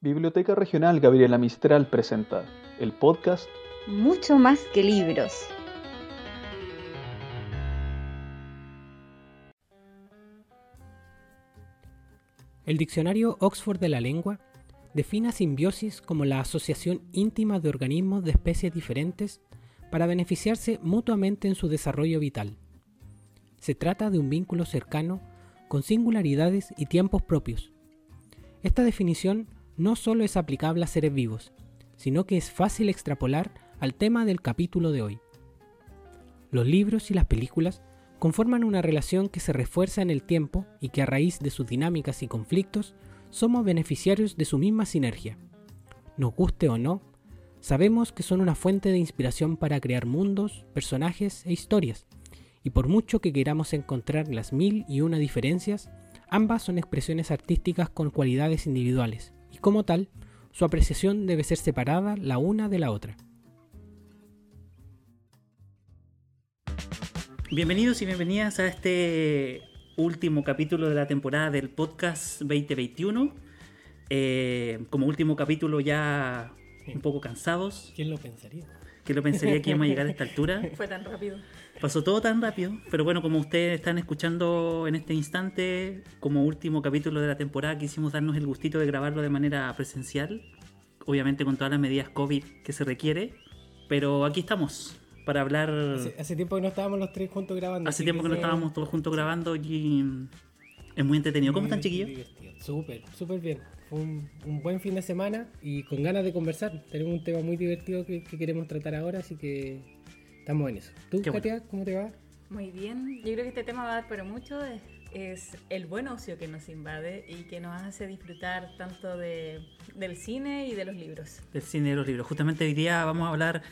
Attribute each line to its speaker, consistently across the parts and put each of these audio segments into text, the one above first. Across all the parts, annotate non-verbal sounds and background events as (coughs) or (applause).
Speaker 1: Biblioteca Regional Gabriela Mistral presenta el podcast
Speaker 2: Mucho más que libros.
Speaker 3: El diccionario Oxford de la lengua define a simbiosis como la asociación íntima de organismos de especies diferentes para beneficiarse mutuamente en su desarrollo vital. Se trata de un vínculo cercano con singularidades y tiempos propios. Esta definición no solo es aplicable a seres vivos, sino que es fácil extrapolar al tema del capítulo de hoy. Los libros y las películas conforman una relación que se refuerza en el tiempo y que a raíz de sus dinámicas y conflictos somos beneficiarios de su misma sinergia. Nos guste o no, sabemos que son una fuente de inspiración para crear mundos, personajes e historias, y por mucho que queramos encontrar las mil y una diferencias, ambas son expresiones artísticas con cualidades individuales, y como tal, su apreciación debe ser separada la una de la otra.
Speaker 4: Bienvenidos y bienvenidas a este último capítulo de la temporada del podcast 2021. Eh, como último capítulo ya un poco cansados.
Speaker 3: ¿Quién lo pensaría?
Speaker 4: ¿Quién lo pensaría que íbamos a llegar a esta altura?
Speaker 5: Fue tan rápido.
Speaker 4: Pasó todo tan rápido, pero bueno, como ustedes están escuchando en este instante, como último capítulo de la temporada quisimos darnos el gustito de grabarlo de manera presencial, obviamente con todas las medidas COVID que se requiere, pero aquí estamos para hablar...
Speaker 3: Hace, hace tiempo que no estábamos los tres juntos grabando.
Speaker 4: Hace tiempo que no estábamos todos juntos grabando y mm, es muy entretenido. ¿Cómo están chiquillos?
Speaker 3: Súper, súper bien. Fue un, un buen fin de semana y con ganas de conversar. Tenemos un tema muy divertido que, que queremos tratar ahora, así que estamos en eso. ¿Tú,
Speaker 4: Qué bueno.
Speaker 3: Katia, cómo te va?
Speaker 5: Muy bien. Yo creo que este tema va a dar pero mucho. Es, es el buen ocio que nos invade y que nos hace disfrutar tanto de, del cine y de los libros.
Speaker 4: Del cine de los libros. Justamente hoy día vamos a hablar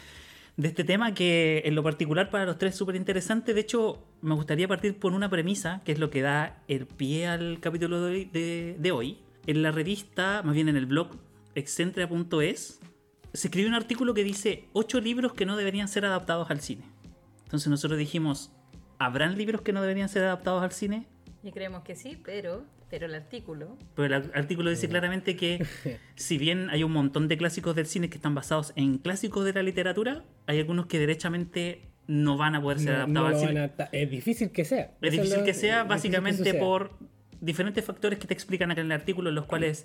Speaker 4: de este tema que en lo particular para los tres es súper interesante. De hecho, me gustaría partir por una premisa, que es lo que da el pie al capítulo de hoy. de- de hoy. En la revista, más bien en el blog excentria.es, se escribió un artículo que dice 8 libros que no deberían ser adaptados al cine. Entonces nosotros dijimos, ¿habrán libros que no deberían ser adaptados al cine?
Speaker 5: Y creemos que sí, pero, pero el artículo.
Speaker 4: Pero el ar- artículo
Speaker 3: Mm.
Speaker 4: dice
Speaker 3: (laughs)
Speaker 4: claramente que si bien hay un montón de clásicos del cine que están basados en clásicos de la literatura, hay algunos que derechamente no van a poder ser
Speaker 3: No- no
Speaker 4: adaptados
Speaker 3: lo
Speaker 4: al
Speaker 3: van
Speaker 4: cine.
Speaker 3: a adaptar. es difícil que sea. Eso
Speaker 4: Es difícil
Speaker 3: lo-
Speaker 4: que
Speaker 3: es difícil
Speaker 4: sea
Speaker 3: que
Speaker 4: básicamente
Speaker 3: suceda.
Speaker 4: por diferentes factores que te explican acá en el artículo, los cuales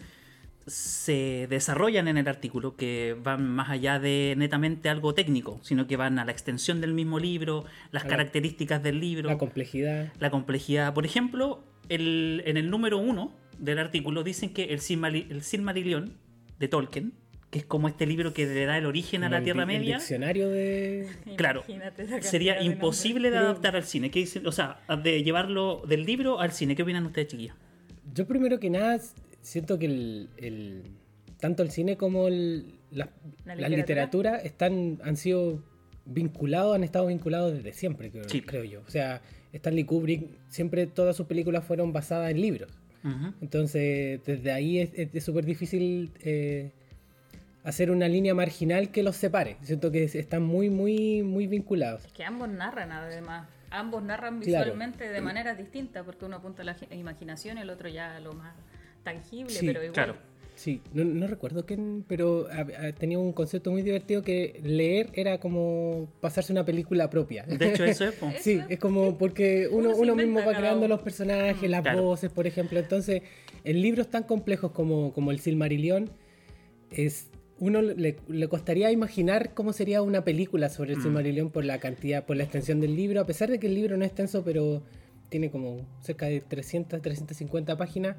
Speaker 4: se desarrollan en el artículo, que van más allá de netamente algo técnico, sino que van a la extensión del mismo libro, las
Speaker 3: A la-
Speaker 4: características del libro
Speaker 3: la complejidad.
Speaker 4: la complejidad. Por ejemplo, el- en el número uno del artículo dicen que el, Silmari- el Silmarillion de Tolkien, que es como este libro que le da el origen a la
Speaker 3: el di-
Speaker 4: Tierra
Speaker 3: el
Speaker 4: Media,
Speaker 3: diccionario de.
Speaker 4: Claro.
Speaker 5: Imagínate esa cantidad
Speaker 4: sería
Speaker 5: de nombres.
Speaker 4: imposible de
Speaker 3: Pero-
Speaker 4: adaptar al cine. ¿Qué dicen? O sea, de llevarlo del libro al cine. ¿Qué opinan ustedes, chiquillos?
Speaker 3: Yo primero que nada s- siento que el, el- tanto el cine como el- la,
Speaker 5: ¿La
Speaker 3: la
Speaker 5: literatura?
Speaker 3: literatura están, han sido vinculados, han estado vinculados desde siempre, creo,
Speaker 4: Sí.
Speaker 3: creo yo. O sea, Stanley Kubrick, siempre todas sus películas fueron basadas en libros.
Speaker 4: Ujú.
Speaker 3: Entonces, desde ahí es- es es súper difícil eh, hacer una línea marginal que los separe. Siento que es- están muy, muy, muy vinculados.
Speaker 5: Que ambos narran además. Ambos narran
Speaker 3: Claro.
Speaker 5: visualmente de maneras distintas, porque uno apunta a la gi- imaginación, el otro ya a lo más tangible,
Speaker 3: Sí,
Speaker 5: pero igual.
Speaker 4: Claro.
Speaker 3: Sí, no, no recuerdo quién, pero a- a- tenía un concepto muy divertido que leer era como pasarse una película propia.
Speaker 4: De hecho, eso
Speaker 5: (laughs)
Speaker 4: es. po.
Speaker 3: Sí, es como porque uno,
Speaker 5: Uno se
Speaker 3: uno mismo
Speaker 5: inventa
Speaker 3: va
Speaker 5: cada
Speaker 3: creando
Speaker 5: uno.
Speaker 3: los personajes, las
Speaker 4: Claro.
Speaker 3: voces, por ejemplo. Entonces, en libros tan complejos como, como el Silmarillion, es, uno le, le costaría imaginar cómo sería una película sobre el
Speaker 4: Mm.
Speaker 3: Silmarillion por la cantidad, por la extensión del libro, a pesar de que el libro no es extenso, pero tiene como cerca de 300, 350 páginas.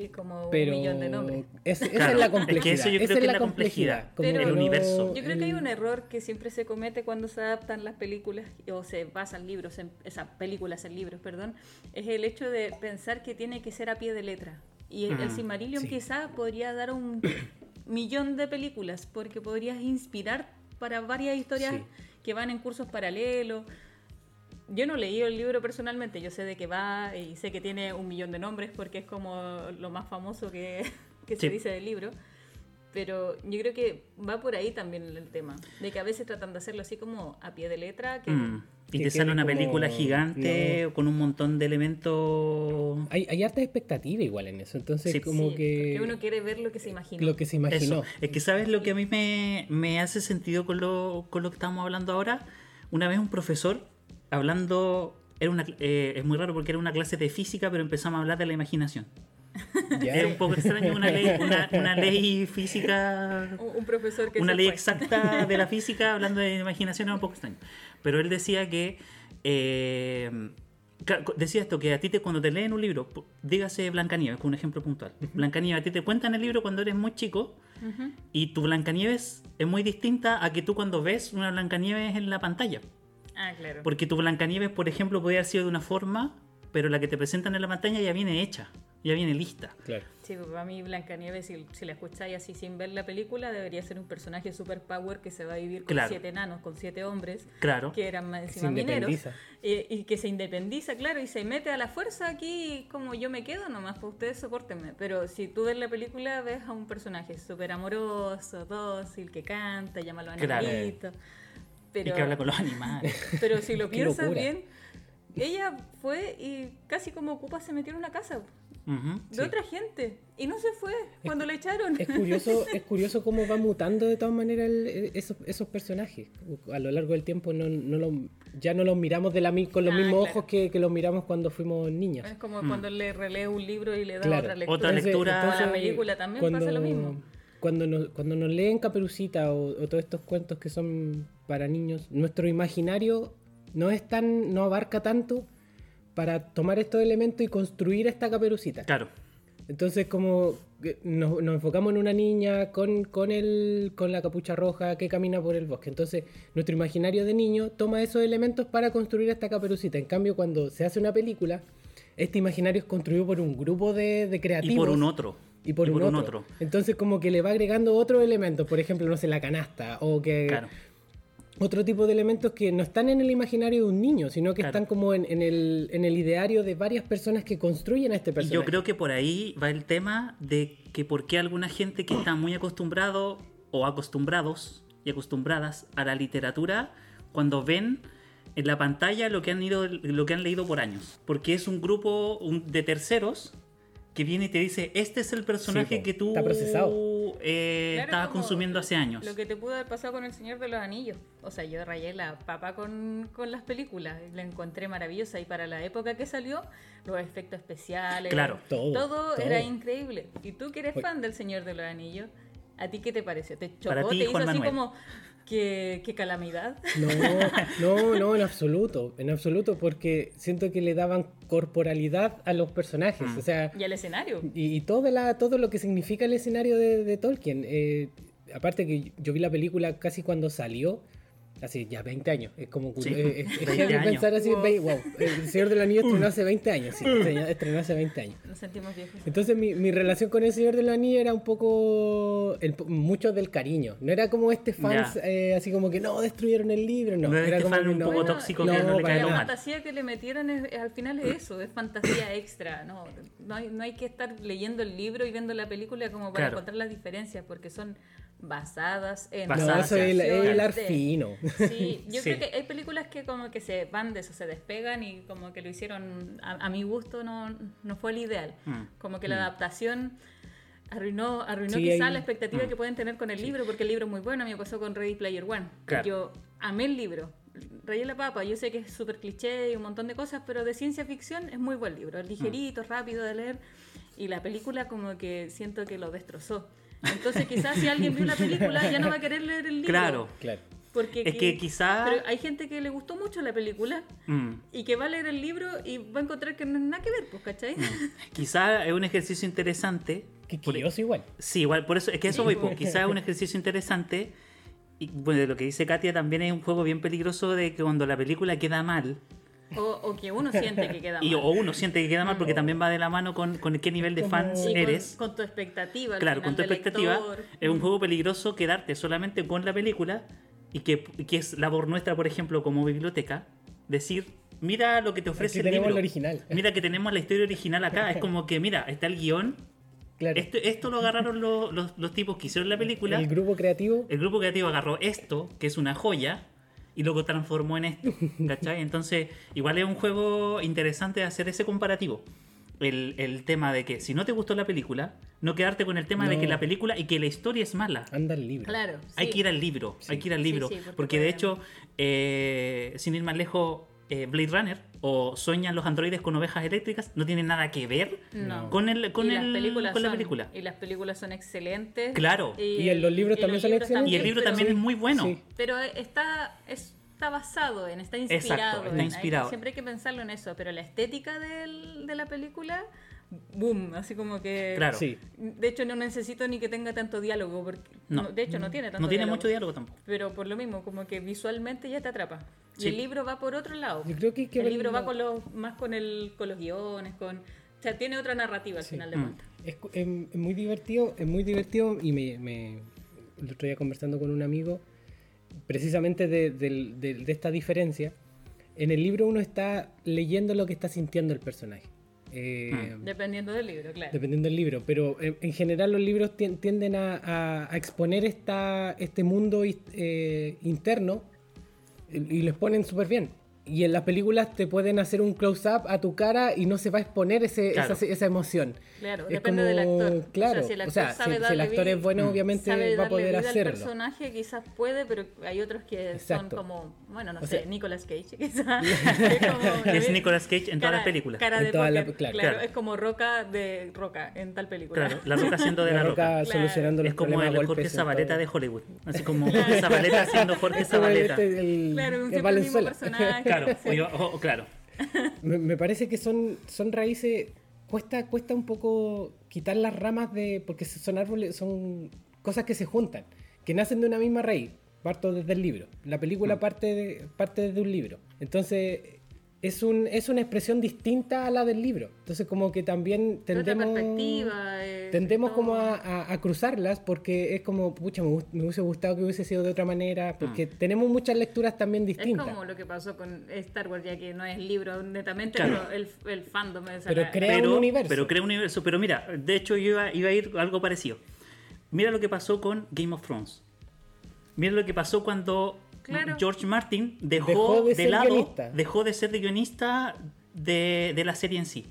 Speaker 5: Y como
Speaker 3: Pero
Speaker 5: un millón de nombres.
Speaker 3: es- esa
Speaker 4: Claro,
Speaker 3: es la
Speaker 4: es que
Speaker 3: complejidad.
Speaker 4: eso yo creo
Speaker 3: esa
Speaker 4: que
Speaker 3: es la complejidad. como
Speaker 5: Pero-
Speaker 3: que
Speaker 5: el
Speaker 3: no-
Speaker 4: universo.
Speaker 5: Yo creo que hay
Speaker 3: el-
Speaker 5: un error que siempre se comete cuando se adaptan las películas o se basan libros, en, esas películas en libros, perdón, es el hecho de pensar que tiene que ser a pie de letra. Y el, el
Speaker 4: Mm,
Speaker 5: Silmarillion
Speaker 3: sí.
Speaker 5: quizá podría dar un (coughs) millón de películas porque podrías inspirar para varias historias
Speaker 3: Sí.
Speaker 5: que van en cursos paralelos. Yo no leí el libro personalmente, yo sé de qué va y sé que tiene un millón de nombres porque es como lo más famoso que, (laughs) que
Speaker 4: Sí.
Speaker 5: se dice del libro. Pero yo creo que va por ahí también el tema, de que a veces tratan de hacerlo así como a pie de letra, que
Speaker 4: Mm. Y
Speaker 3: Que
Speaker 4: te sale
Speaker 3: quede
Speaker 4: una
Speaker 3: como-
Speaker 4: película gigante con un montón de elementos.
Speaker 3: Hay, hay harta expectativa igual en eso, entonces
Speaker 4: Sí.
Speaker 3: como
Speaker 5: sí,
Speaker 3: que
Speaker 5: porque uno quiere ver lo que se imagina.
Speaker 3: lo que se imaginó.
Speaker 4: Eso. Es que sabes lo que a mí me, me hace sentido con lo, con lo que estamos hablando ahora. Una vez un profesor hablando, era una, cl- eh, es muy raro porque era una clase de física, pero empezamos a hablar de la imaginación. (laughs)
Speaker 3: ¿ya?
Speaker 4: Es un poco extraño una ley, una, una ley física
Speaker 5: Un, un profesor que
Speaker 4: una
Speaker 5: se
Speaker 4: ley
Speaker 5: fue.
Speaker 4: exacta de la física, hablando de imaginación, era un poco extraño. Pero él decía que. eh, claro, co- decía esto: que a ti te, cuando te leen un libro, p- dígase Blancanieves, como un ejemplo puntual. Blancanieves, a ti te cuentan el libro cuando eres muy chico
Speaker 5: Ujú.
Speaker 4: y tu Blancanieves es muy distinta a que tú cuando ves una Blancanieves en la pantalla.
Speaker 5: Ah, claro.
Speaker 4: Porque tu Blancanieves, por ejemplo, podría haber sido de una forma, pero la que te presentan en la pantalla ya viene hecha, ya viene lista.
Speaker 3: Claro.
Speaker 5: Sí, para mí Blancanieves, si, si la escucháis así sin ver la película, debería ser un personaje super power que se va a vivir con
Speaker 4: Claro.
Speaker 5: siete enanos, con siete hombres,
Speaker 4: Claro.
Speaker 5: que eran más
Speaker 3: Que se
Speaker 5: encima mineros,
Speaker 3: independiza.
Speaker 5: eh, y, que se independiza, claro, y se mete a la fuerza aquí, como yo me quedo nomás, pues ustedes soportenme. Pero si tú ves la película, ves a un personaje súper amoroso, dócil, que canta, llama a los
Speaker 4: Claro.
Speaker 5: animalitos. Pero,
Speaker 4: Y que habla con los
Speaker 5: (laughs)
Speaker 4: animales.
Speaker 5: pero si lo
Speaker 3: Qué
Speaker 5: piensas
Speaker 3: locura.
Speaker 5: bien, ella fue y casi como ocupa se metió en una casa
Speaker 4: Ujú.
Speaker 5: de
Speaker 3: Sí.
Speaker 5: otra gente. Y no se fue cuando la echaron.
Speaker 3: Es
Speaker 5: (laughs)
Speaker 3: curioso, es curioso cómo va mutando de todas maneras el- eh, esos, esos personajes. A lo largo del tiempo no, no lo- ya no los miramos de la, mi- con los
Speaker 5: Ah,
Speaker 3: mismos
Speaker 5: claro.
Speaker 3: ojos que, que los miramos cuando fuimos niños.
Speaker 5: Es como cuando le relee un libro y le da
Speaker 3: Claro.
Speaker 5: otra lectura.
Speaker 4: Otra lectura.
Speaker 5: O la película también pasa lo mismo.
Speaker 3: Cuando nos, cuando nos leen Caperucita o, o todos estos cuentos que son para niños, nuestro imaginario no es tan, no abarca tanto para tomar estos elementos y construir esta Caperucita.
Speaker 4: Claro.
Speaker 3: Entonces, como que nos, nos enfocamos en una niña con, con, el, con la capucha roja que camina por el bosque. Entonces, nuestro imaginario de niño toma esos elementos para construir esta caperucita. En cambio, cuando se hace una película, este imaginario es construido por un grupo de, de creativos.
Speaker 4: Y por un otro.
Speaker 3: Y por, un, otro. Entonces, como que le va agregando otros elementos. Por ejemplo, no sé, la canasta. O que
Speaker 4: Claro.
Speaker 3: otro tipo de elementos que no están en el imaginario de un niño, sino que
Speaker 4: Claro.
Speaker 3: están como en, en el, en el ideario de varias personas que construyen a este
Speaker 4: Y
Speaker 3: personaje.
Speaker 4: yo creo que por ahí va el tema de que por qué alguna gente que está muy acostumbrado o acostumbrados y acostumbradas a la literatura cuando ven en la pantalla lo que han ido lo que han leído por años, porque es un grupo un- de terceros que viene y te dice, "Este es el personaje
Speaker 3: po,
Speaker 4: que tú
Speaker 3: está procesado.
Speaker 4: eh,
Speaker 5: Claro,
Speaker 4: estabas
Speaker 5: como
Speaker 4: consumiendo hace años."
Speaker 5: Lo que te pudo haber pasado con El Señor de los Anillos. O sea, yo rayé la papa con, con las películas. La encontré maravillosa y para la época que salió, los efectos especiales.
Speaker 4: Claro.
Speaker 3: Todo, todo.
Speaker 5: era increíble. Y tú que eres
Speaker 3: Oye.
Speaker 5: fan del Señor de los Anillos, ¿a ti qué te pareció? ¿Te chocó?
Speaker 4: Para ti,
Speaker 5: ¿Te hizo
Speaker 4: Juan
Speaker 5: así
Speaker 4: Manuel.
Speaker 5: como qué, qué calamidad? (laughs)
Speaker 3: No, no, no, en absoluto, en absoluto, porque siento que le daban corporalidad a los personajes,
Speaker 4: Mm.
Speaker 3: o sea,
Speaker 5: Y al escenario.
Speaker 3: y, y toda la, todo lo que significa el escenario de, de Tolkien. eh, aparte que yo vi la película casi cuando salió, hace ya 20 años, es como
Speaker 4: Sí,
Speaker 3: eh, es- es
Speaker 4: 20
Speaker 3: heavy
Speaker 4: años.
Speaker 3: (laughs)
Speaker 4: Mm.
Speaker 3: pensar así, ve- wow, El Señor de la Anillos estrenó hace 20 años, sí, estrenó estrenó hace 20 años.
Speaker 5: Nos sentimos viejos.
Speaker 3: Entonces mi, mi relación con el Señor de los Anillos era un poco el- mucho del cariño. No era como este fans
Speaker 4: Ya.
Speaker 3: eh, así como que no destruyeron el libro, no.
Speaker 4: No era
Speaker 3: era
Speaker 4: este
Speaker 3: como
Speaker 4: fan
Speaker 3: que
Speaker 4: un
Speaker 3: no,
Speaker 4: poco
Speaker 5: Bueno,
Speaker 4: tóxico
Speaker 3: que
Speaker 5: la-
Speaker 3: no le cae
Speaker 5: la
Speaker 3: lo mal.
Speaker 5: fantasía que le metieron es- al final es eso, es fantasía (clears throat) extra. No, no, hay, no hay que estar leyendo el libro y viendo la película como para
Speaker 4: Claro.
Speaker 5: encontrar las diferencias, porque son basadas en...
Speaker 3: No,
Speaker 4: Pasaba
Speaker 3: eso es el,
Speaker 5: adaptaciones
Speaker 3: el
Speaker 5: de-
Speaker 3: arfino.
Speaker 4: (laughs)
Speaker 5: Sí, yo
Speaker 4: Sí.
Speaker 5: creo que hay películas que como que se van de eso, se despegan y como que lo hicieron, a, a mi gusto no, no fue el ideal.
Speaker 4: Mm.
Speaker 5: Como que la adaptación arruinó, arruinó
Speaker 3: Sí,
Speaker 5: quizá
Speaker 3: hay-
Speaker 5: la expectativa
Speaker 4: mm.
Speaker 5: que pueden tener con el libro, porque el libro es muy bueno, a mí me pasó con Ready Player One.
Speaker 4: Claro.
Speaker 5: Yo amé el libro. Rey de la Papa, yo sé que es súper cliché y un montón de cosas, pero de ciencia ficción es muy buen libro,
Speaker 4: Mm.
Speaker 5: es ligerito, rápido de leer, y la película como que siento que lo destrozó. Entonces quizás si alguien vio la película ya no va a querer leer el libro.
Speaker 4: Claro.
Speaker 3: (laughs) Claro.
Speaker 5: Porque
Speaker 4: Es que quizá-
Speaker 5: Pero hay gente que le gustó mucho la película
Speaker 4: (laughs) Mm.
Speaker 5: y que va a leer el libro y va a encontrar que no es nada que ver, pues, ¿cachai?
Speaker 4: Mm. Quizá es un ejercicio interesante
Speaker 3: Que
Speaker 4: por-
Speaker 3: curioso igual.
Speaker 4: Sí, igual, por eso es que eso voy, po. quizás es un ejercicio interesante. Y bueno, lo que dice Katia también es un juego bien peligroso de que cuando la película queda mal,
Speaker 5: O, o que uno siente que queda mal.
Speaker 4: (laughs) y, o uno siente que queda mal porque también va de la mano con, con qué nivel de fans
Speaker 5: Sí, con-
Speaker 4: eres.
Speaker 5: Con, tu expectativa. al
Speaker 4: claro,
Speaker 5: final
Speaker 4: con tu
Speaker 5: del
Speaker 4: expectativa, eh,
Speaker 5: lector.
Speaker 4: es un juego peligroso quedarte solamente con la película y que, y que es labor nuestra, por ejemplo, como biblioteca, decir, mira lo que te ofrece
Speaker 3: Aquí
Speaker 4: el
Speaker 3: tenemos
Speaker 4: libro.
Speaker 3: el original.
Speaker 4: Mira que tenemos la historia original acá. Es como que, mira, está el guión,
Speaker 3: Claro.
Speaker 4: Este- esto lo agarraron los, los- los tipos que hicieron la película.
Speaker 3: El grupo creativo.
Speaker 4: El grupo creativo agarró esto, que es una joya, y luego transformó en esto. ¿Cachai? Entonces, igual es un juego interesante hacer ese comparativo. El, el tema de que si no te gustó la película, no quedarte con el tema de
Speaker 3: No. Ah,
Speaker 4: que la película y que la historia es mala.
Speaker 3: Anda el libro.
Speaker 5: Claro.
Speaker 4: Hay
Speaker 5: sí.
Speaker 4: que ir al libro, hay que ir al
Speaker 5: Sí,
Speaker 4: libro.
Speaker 5: sí, porque
Speaker 4: porque, de
Speaker 5: pueden-
Speaker 4: hecho, eh, sin ir más lejos, eh, Blade Runner o Sueñan los androides con ovejas eléctricas no tiene nada que ver
Speaker 5: No.
Speaker 4: con, el, con,
Speaker 5: Y las
Speaker 4: el-
Speaker 5: películas
Speaker 4: con la
Speaker 5: son-
Speaker 4: película.
Speaker 5: Y las películas son excelentes.
Speaker 4: Claro.
Speaker 3: Y en los libros también son
Speaker 4: Y el
Speaker 3: excelentes.
Speaker 4: libro
Speaker 5: pero-
Speaker 4: también es muy bueno.
Speaker 3: Sí.
Speaker 5: Pero está, está basado en, está inspirado.
Speaker 4: Exacto, está
Speaker 5: en- hay-
Speaker 4: inspirado.
Speaker 5: siempre hay que pensarlo en eso, pero la estética del- de la película, boom, así como que...
Speaker 4: Claro.
Speaker 3: Sí.
Speaker 5: De hecho, no necesito ni que tenga tanto diálogo, porque
Speaker 4: No. Mm.
Speaker 5: no, de hecho no tiene tanto
Speaker 4: No tiene mucho diálogo tampoco.
Speaker 5: Pero por lo mismo, como que visualmente ya te atrapa. Y
Speaker 4: Sí.
Speaker 5: el libro va por otro lado.
Speaker 3: Yo creo que- que
Speaker 5: el
Speaker 3: el
Speaker 5: libro va
Speaker 3: libro-
Speaker 5: con los, más con, el, con los guiones, con... O sea, tiene otra narrativa al
Speaker 3: Sí.
Speaker 5: final de
Speaker 4: Mm.
Speaker 5: cuentas.
Speaker 3: Es, cu- es- es muy divertido, es muy divertido y me, me- el otro día conversando con un amigo precisamente de, del- del- de esta diferencia. En el libro uno está leyendo lo que está sintiendo el personaje. Eh,
Speaker 5: Dependiendo del libro, claro.
Speaker 3: Dependiendo del libro, pero eh, en, en general los libros tien- tienden a, a- a exponer esta, este mundo is- eh, interno eh, y y los ponen súper bien. Y en las películas te pueden hacer un close-up a tu cara y no se va a exponer ese-
Speaker 4: Claro.
Speaker 3: esa, esa emoción.
Speaker 5: Claro,
Speaker 3: Es
Speaker 5: depende del
Speaker 3: como-
Speaker 5: actor. O sea,
Speaker 3: Claro,
Speaker 5: si el actor
Speaker 3: o sea, si
Speaker 5: sabe
Speaker 3: si el
Speaker 5: darle
Speaker 3: actor
Speaker 5: vida-
Speaker 3: es
Speaker 4: Mm.
Speaker 3: bueno, obviamente
Speaker 5: Sabe
Speaker 3: va a poder
Speaker 5: darle vida
Speaker 3: hacerlo.
Speaker 5: Al personaje quizás puede, pero hay otros que
Speaker 3: Exacto.
Speaker 5: son como, bueno, no
Speaker 3: O
Speaker 5: sé,
Speaker 3: sea-
Speaker 5: Nicolas Cage, (laughs) quizás. es,
Speaker 4: (laughs)
Speaker 5: como-
Speaker 4: Es Nicolas Cage en todas
Speaker 5: Cara-
Speaker 4: las películas.
Speaker 5: Cara
Speaker 3: En
Speaker 5: de
Speaker 3: todas las-
Speaker 5: póker,
Speaker 3: claro.
Speaker 5: claro,
Speaker 4: Claro.
Speaker 5: es como Roca de Roca en tal película.
Speaker 4: Claro, la roca haciendo de la,
Speaker 3: La
Speaker 4: roca.
Speaker 3: Roca
Speaker 5: Claro.
Speaker 3: solucionando los
Speaker 4: Es como
Speaker 3: problemas
Speaker 4: el
Speaker 3: a golpes
Speaker 4: Jorge
Speaker 3: en
Speaker 4: Zabaleta
Speaker 3: todo.
Speaker 4: de Hollywood. Así
Speaker 3: (laughs)
Speaker 4: como Jorge Zabaleta haciendo Jorge
Speaker 3: Es como el-
Speaker 4: Zabaleta.
Speaker 3: este- el-
Speaker 5: Claro,
Speaker 3: el
Speaker 5: siempre el
Speaker 3: Valenzuela.
Speaker 5: mismo
Speaker 3: (laughs)
Speaker 5: personaje. (laughs)
Speaker 4: Claro, oye, o- o- claro.
Speaker 3: Me, me parece que son, son raíces. Cuesta, cuesta un poco quitar las ramas de. porque son árboles, son cosas que se juntan, que nacen de una misma raíz. Parto desde el libro. La película
Speaker 5: Mm.
Speaker 3: parte, de- parte desde un libro. Entonces, es, un, es una expresión distinta a la del libro. Entonces, como que también
Speaker 5: De otra
Speaker 3: tendemos.
Speaker 5: perspectiva, eh,
Speaker 3: Tendemos
Speaker 5: todo.
Speaker 3: como a, a- a cruzarlas porque es como, pucha, me, gust- me hubiese gustado que hubiese sido de otra manera, porque tenemos muchas lecturas también
Speaker 5: Mm. Es
Speaker 3: distintas.
Speaker 5: como lo que pasó con Star Wars, ya que no es libro netamente,
Speaker 4: Claro.
Speaker 5: pero el, el fandom. o sea,
Speaker 3: Pero
Speaker 5: la-
Speaker 3: crea un universo.
Speaker 4: Pero crea un universo. Pero mira, de hecho yo iba, iba a ir a algo parecido. Mira lo que pasó con Game of Thrones. Mira lo que pasó cuando
Speaker 5: Claro.
Speaker 4: George Martin dejó,
Speaker 3: Dejó
Speaker 4: de,
Speaker 3: de ser
Speaker 4: lado,
Speaker 3: guionista.
Speaker 4: dejó de ser guionista de, de la serie en sí.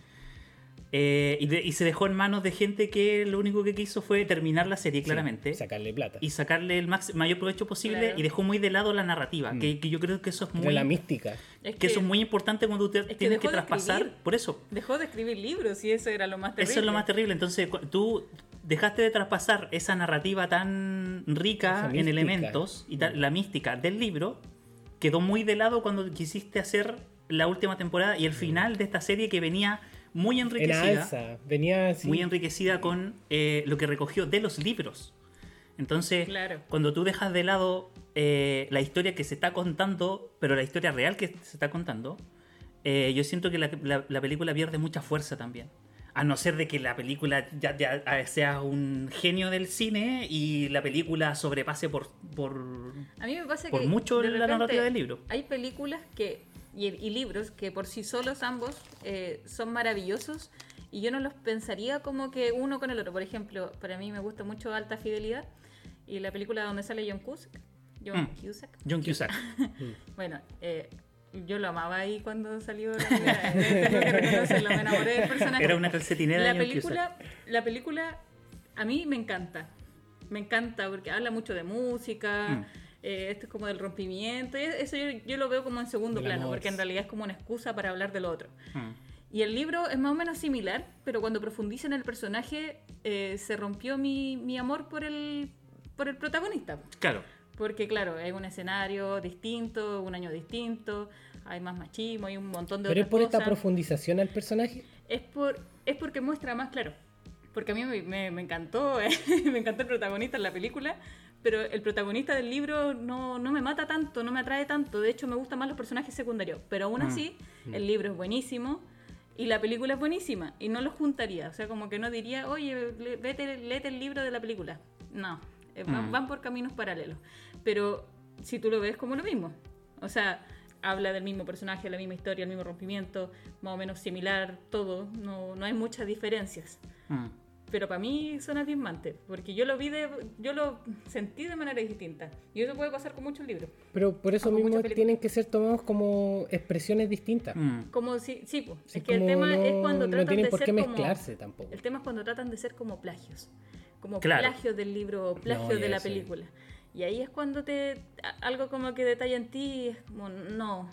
Speaker 4: Eh, y, de- y se dejó en manos de gente que lo único que quiso fue terminar la serie,
Speaker 3: Sí,
Speaker 4: claramente.
Speaker 3: sacarle plata.
Speaker 4: y sacarle el max- mayor provecho posible
Speaker 5: Claro.
Speaker 4: y dejó muy de lado la narrativa,
Speaker 3: Mm.
Speaker 4: que, que yo creo que eso es
Speaker 3: Pero
Speaker 4: muy
Speaker 3: la mística.
Speaker 5: es
Speaker 4: que eso es muy importante cuando usted
Speaker 5: que
Speaker 4: tiene que
Speaker 5: dejó de
Speaker 4: traspasar,
Speaker 5: escribir.
Speaker 4: por eso.
Speaker 5: Dejó de escribir libros y eso era lo más terrible.
Speaker 4: Eso es lo más terrible, entonces cu- tú dejaste de traspasar esa narrativa tan
Speaker 3: Esa
Speaker 4: rica en
Speaker 3: mística.
Speaker 4: elementos y ta- la mística del libro quedó muy de lado cuando quisiste hacer la última temporada y el final de esta serie que venía muy
Speaker 3: En
Speaker 4: enriquecida.
Speaker 3: alza. Venía así.
Speaker 4: muy enriquecida con eh, lo que recogió de los libros. Entonces,
Speaker 5: Claro.
Speaker 4: cuando tú dejas de lado eh, la historia que se está contando, pero la historia real que se está contando, eh, yo siento que la, la- la película pierde mucha fuerza también. A no ser de que la película ya, ya, ah, sea un genio del cine y la película sobrepase por... por...
Speaker 5: A mí me pasa
Speaker 4: Por
Speaker 5: que.
Speaker 4: mucho
Speaker 5: de
Speaker 4: la
Speaker 5: repente
Speaker 4: narrativa del libro.
Speaker 5: Hay películas que y, y libros que por sí solos ambos eh, son maravillosos y yo no los pensaría como que uno con el otro. Por ejemplo, para mí me gusta mucho Alta Fidelidad y la película donde sale John Cusack. John
Speaker 4: Mm.
Speaker 5: Cusack.
Speaker 4: John Cusack.
Speaker 5: Bueno, eh, yo lo amaba ahí cuando salió. La primera vez. (laughs) Tengo que reconocerlo, me enamoré del (laughs) personaje.
Speaker 4: Era una calcetinera
Speaker 5: la
Speaker 4: de John Cusack.
Speaker 5: película, la película a mí me encanta. Me encanta porque habla mucho de
Speaker 4: Mm.
Speaker 5: música. eh, esto es como del rompimiento. y Eso yo, yo lo veo como en segundo
Speaker 3: Del
Speaker 5: plano,
Speaker 3: amor.
Speaker 5: porque en realidad es como una excusa para hablar de lo otro.
Speaker 4: Mm.
Speaker 5: Y el libro es más o menos similar, pero cuando profundiza en el personaje, eh, se rompió mi, mi amor por el, por el protagonista.
Speaker 4: Claro.
Speaker 5: Porque claro, es un escenario distinto, un año distinto, hay más machismo, hay un montón de
Speaker 3: Pero es
Speaker 5: otras
Speaker 3: por esta
Speaker 5: cosas.
Speaker 3: profundización al personaje.
Speaker 5: Es por es porque muestra más, claro. Porque a mí me, me- me encantó, (laughs) eh, me encantó el protagonista en la película, pero el protagonista del libro no, no me mata tanto, no me atrae tanto. De hecho, me gustan más los personajes secundarios. Pero aún así, el libro es buenísimo y la película es buenísima. Y no los juntaría. O sea, como que no diría, oye, le- vete, léete el libro de la película. No, eh, van,
Speaker 4: Mm.
Speaker 5: van por caminos paralelos. Pero si tú lo ves como lo mismo. O sea, habla del mismo personaje, la misma historia, el mismo rompimiento, más o menos similar, todo. No, no hay muchas diferencias.
Speaker 4: Mm.
Speaker 5: Pero para mí son abismantes, porque yo lo vi de, yo lo sentí de manera distinta. Y eso puede pasar con muchos libros.
Speaker 3: Pero por eso
Speaker 5: Como
Speaker 3: mismo
Speaker 5: muchas películas.
Speaker 3: tienen que ser tomados como expresiones distintas.
Speaker 4: Mm.
Speaker 5: Como si, sí, po,
Speaker 3: Sí,
Speaker 5: es que el
Speaker 3: como
Speaker 5: tema
Speaker 3: no,
Speaker 5: es cuando
Speaker 3: no
Speaker 5: tratan
Speaker 3: tienen
Speaker 5: de
Speaker 3: por
Speaker 5: ser
Speaker 3: qué
Speaker 5: como-
Speaker 3: mezclarse tampoco.
Speaker 5: El tema es cuando tratan de ser como plagios. Como
Speaker 4: Claro.
Speaker 5: plagios del libro o plagios
Speaker 3: ya,
Speaker 5: de la
Speaker 3: sí.
Speaker 5: película. Y ahí es cuando te a- algo como que detalla en ti y es como, no,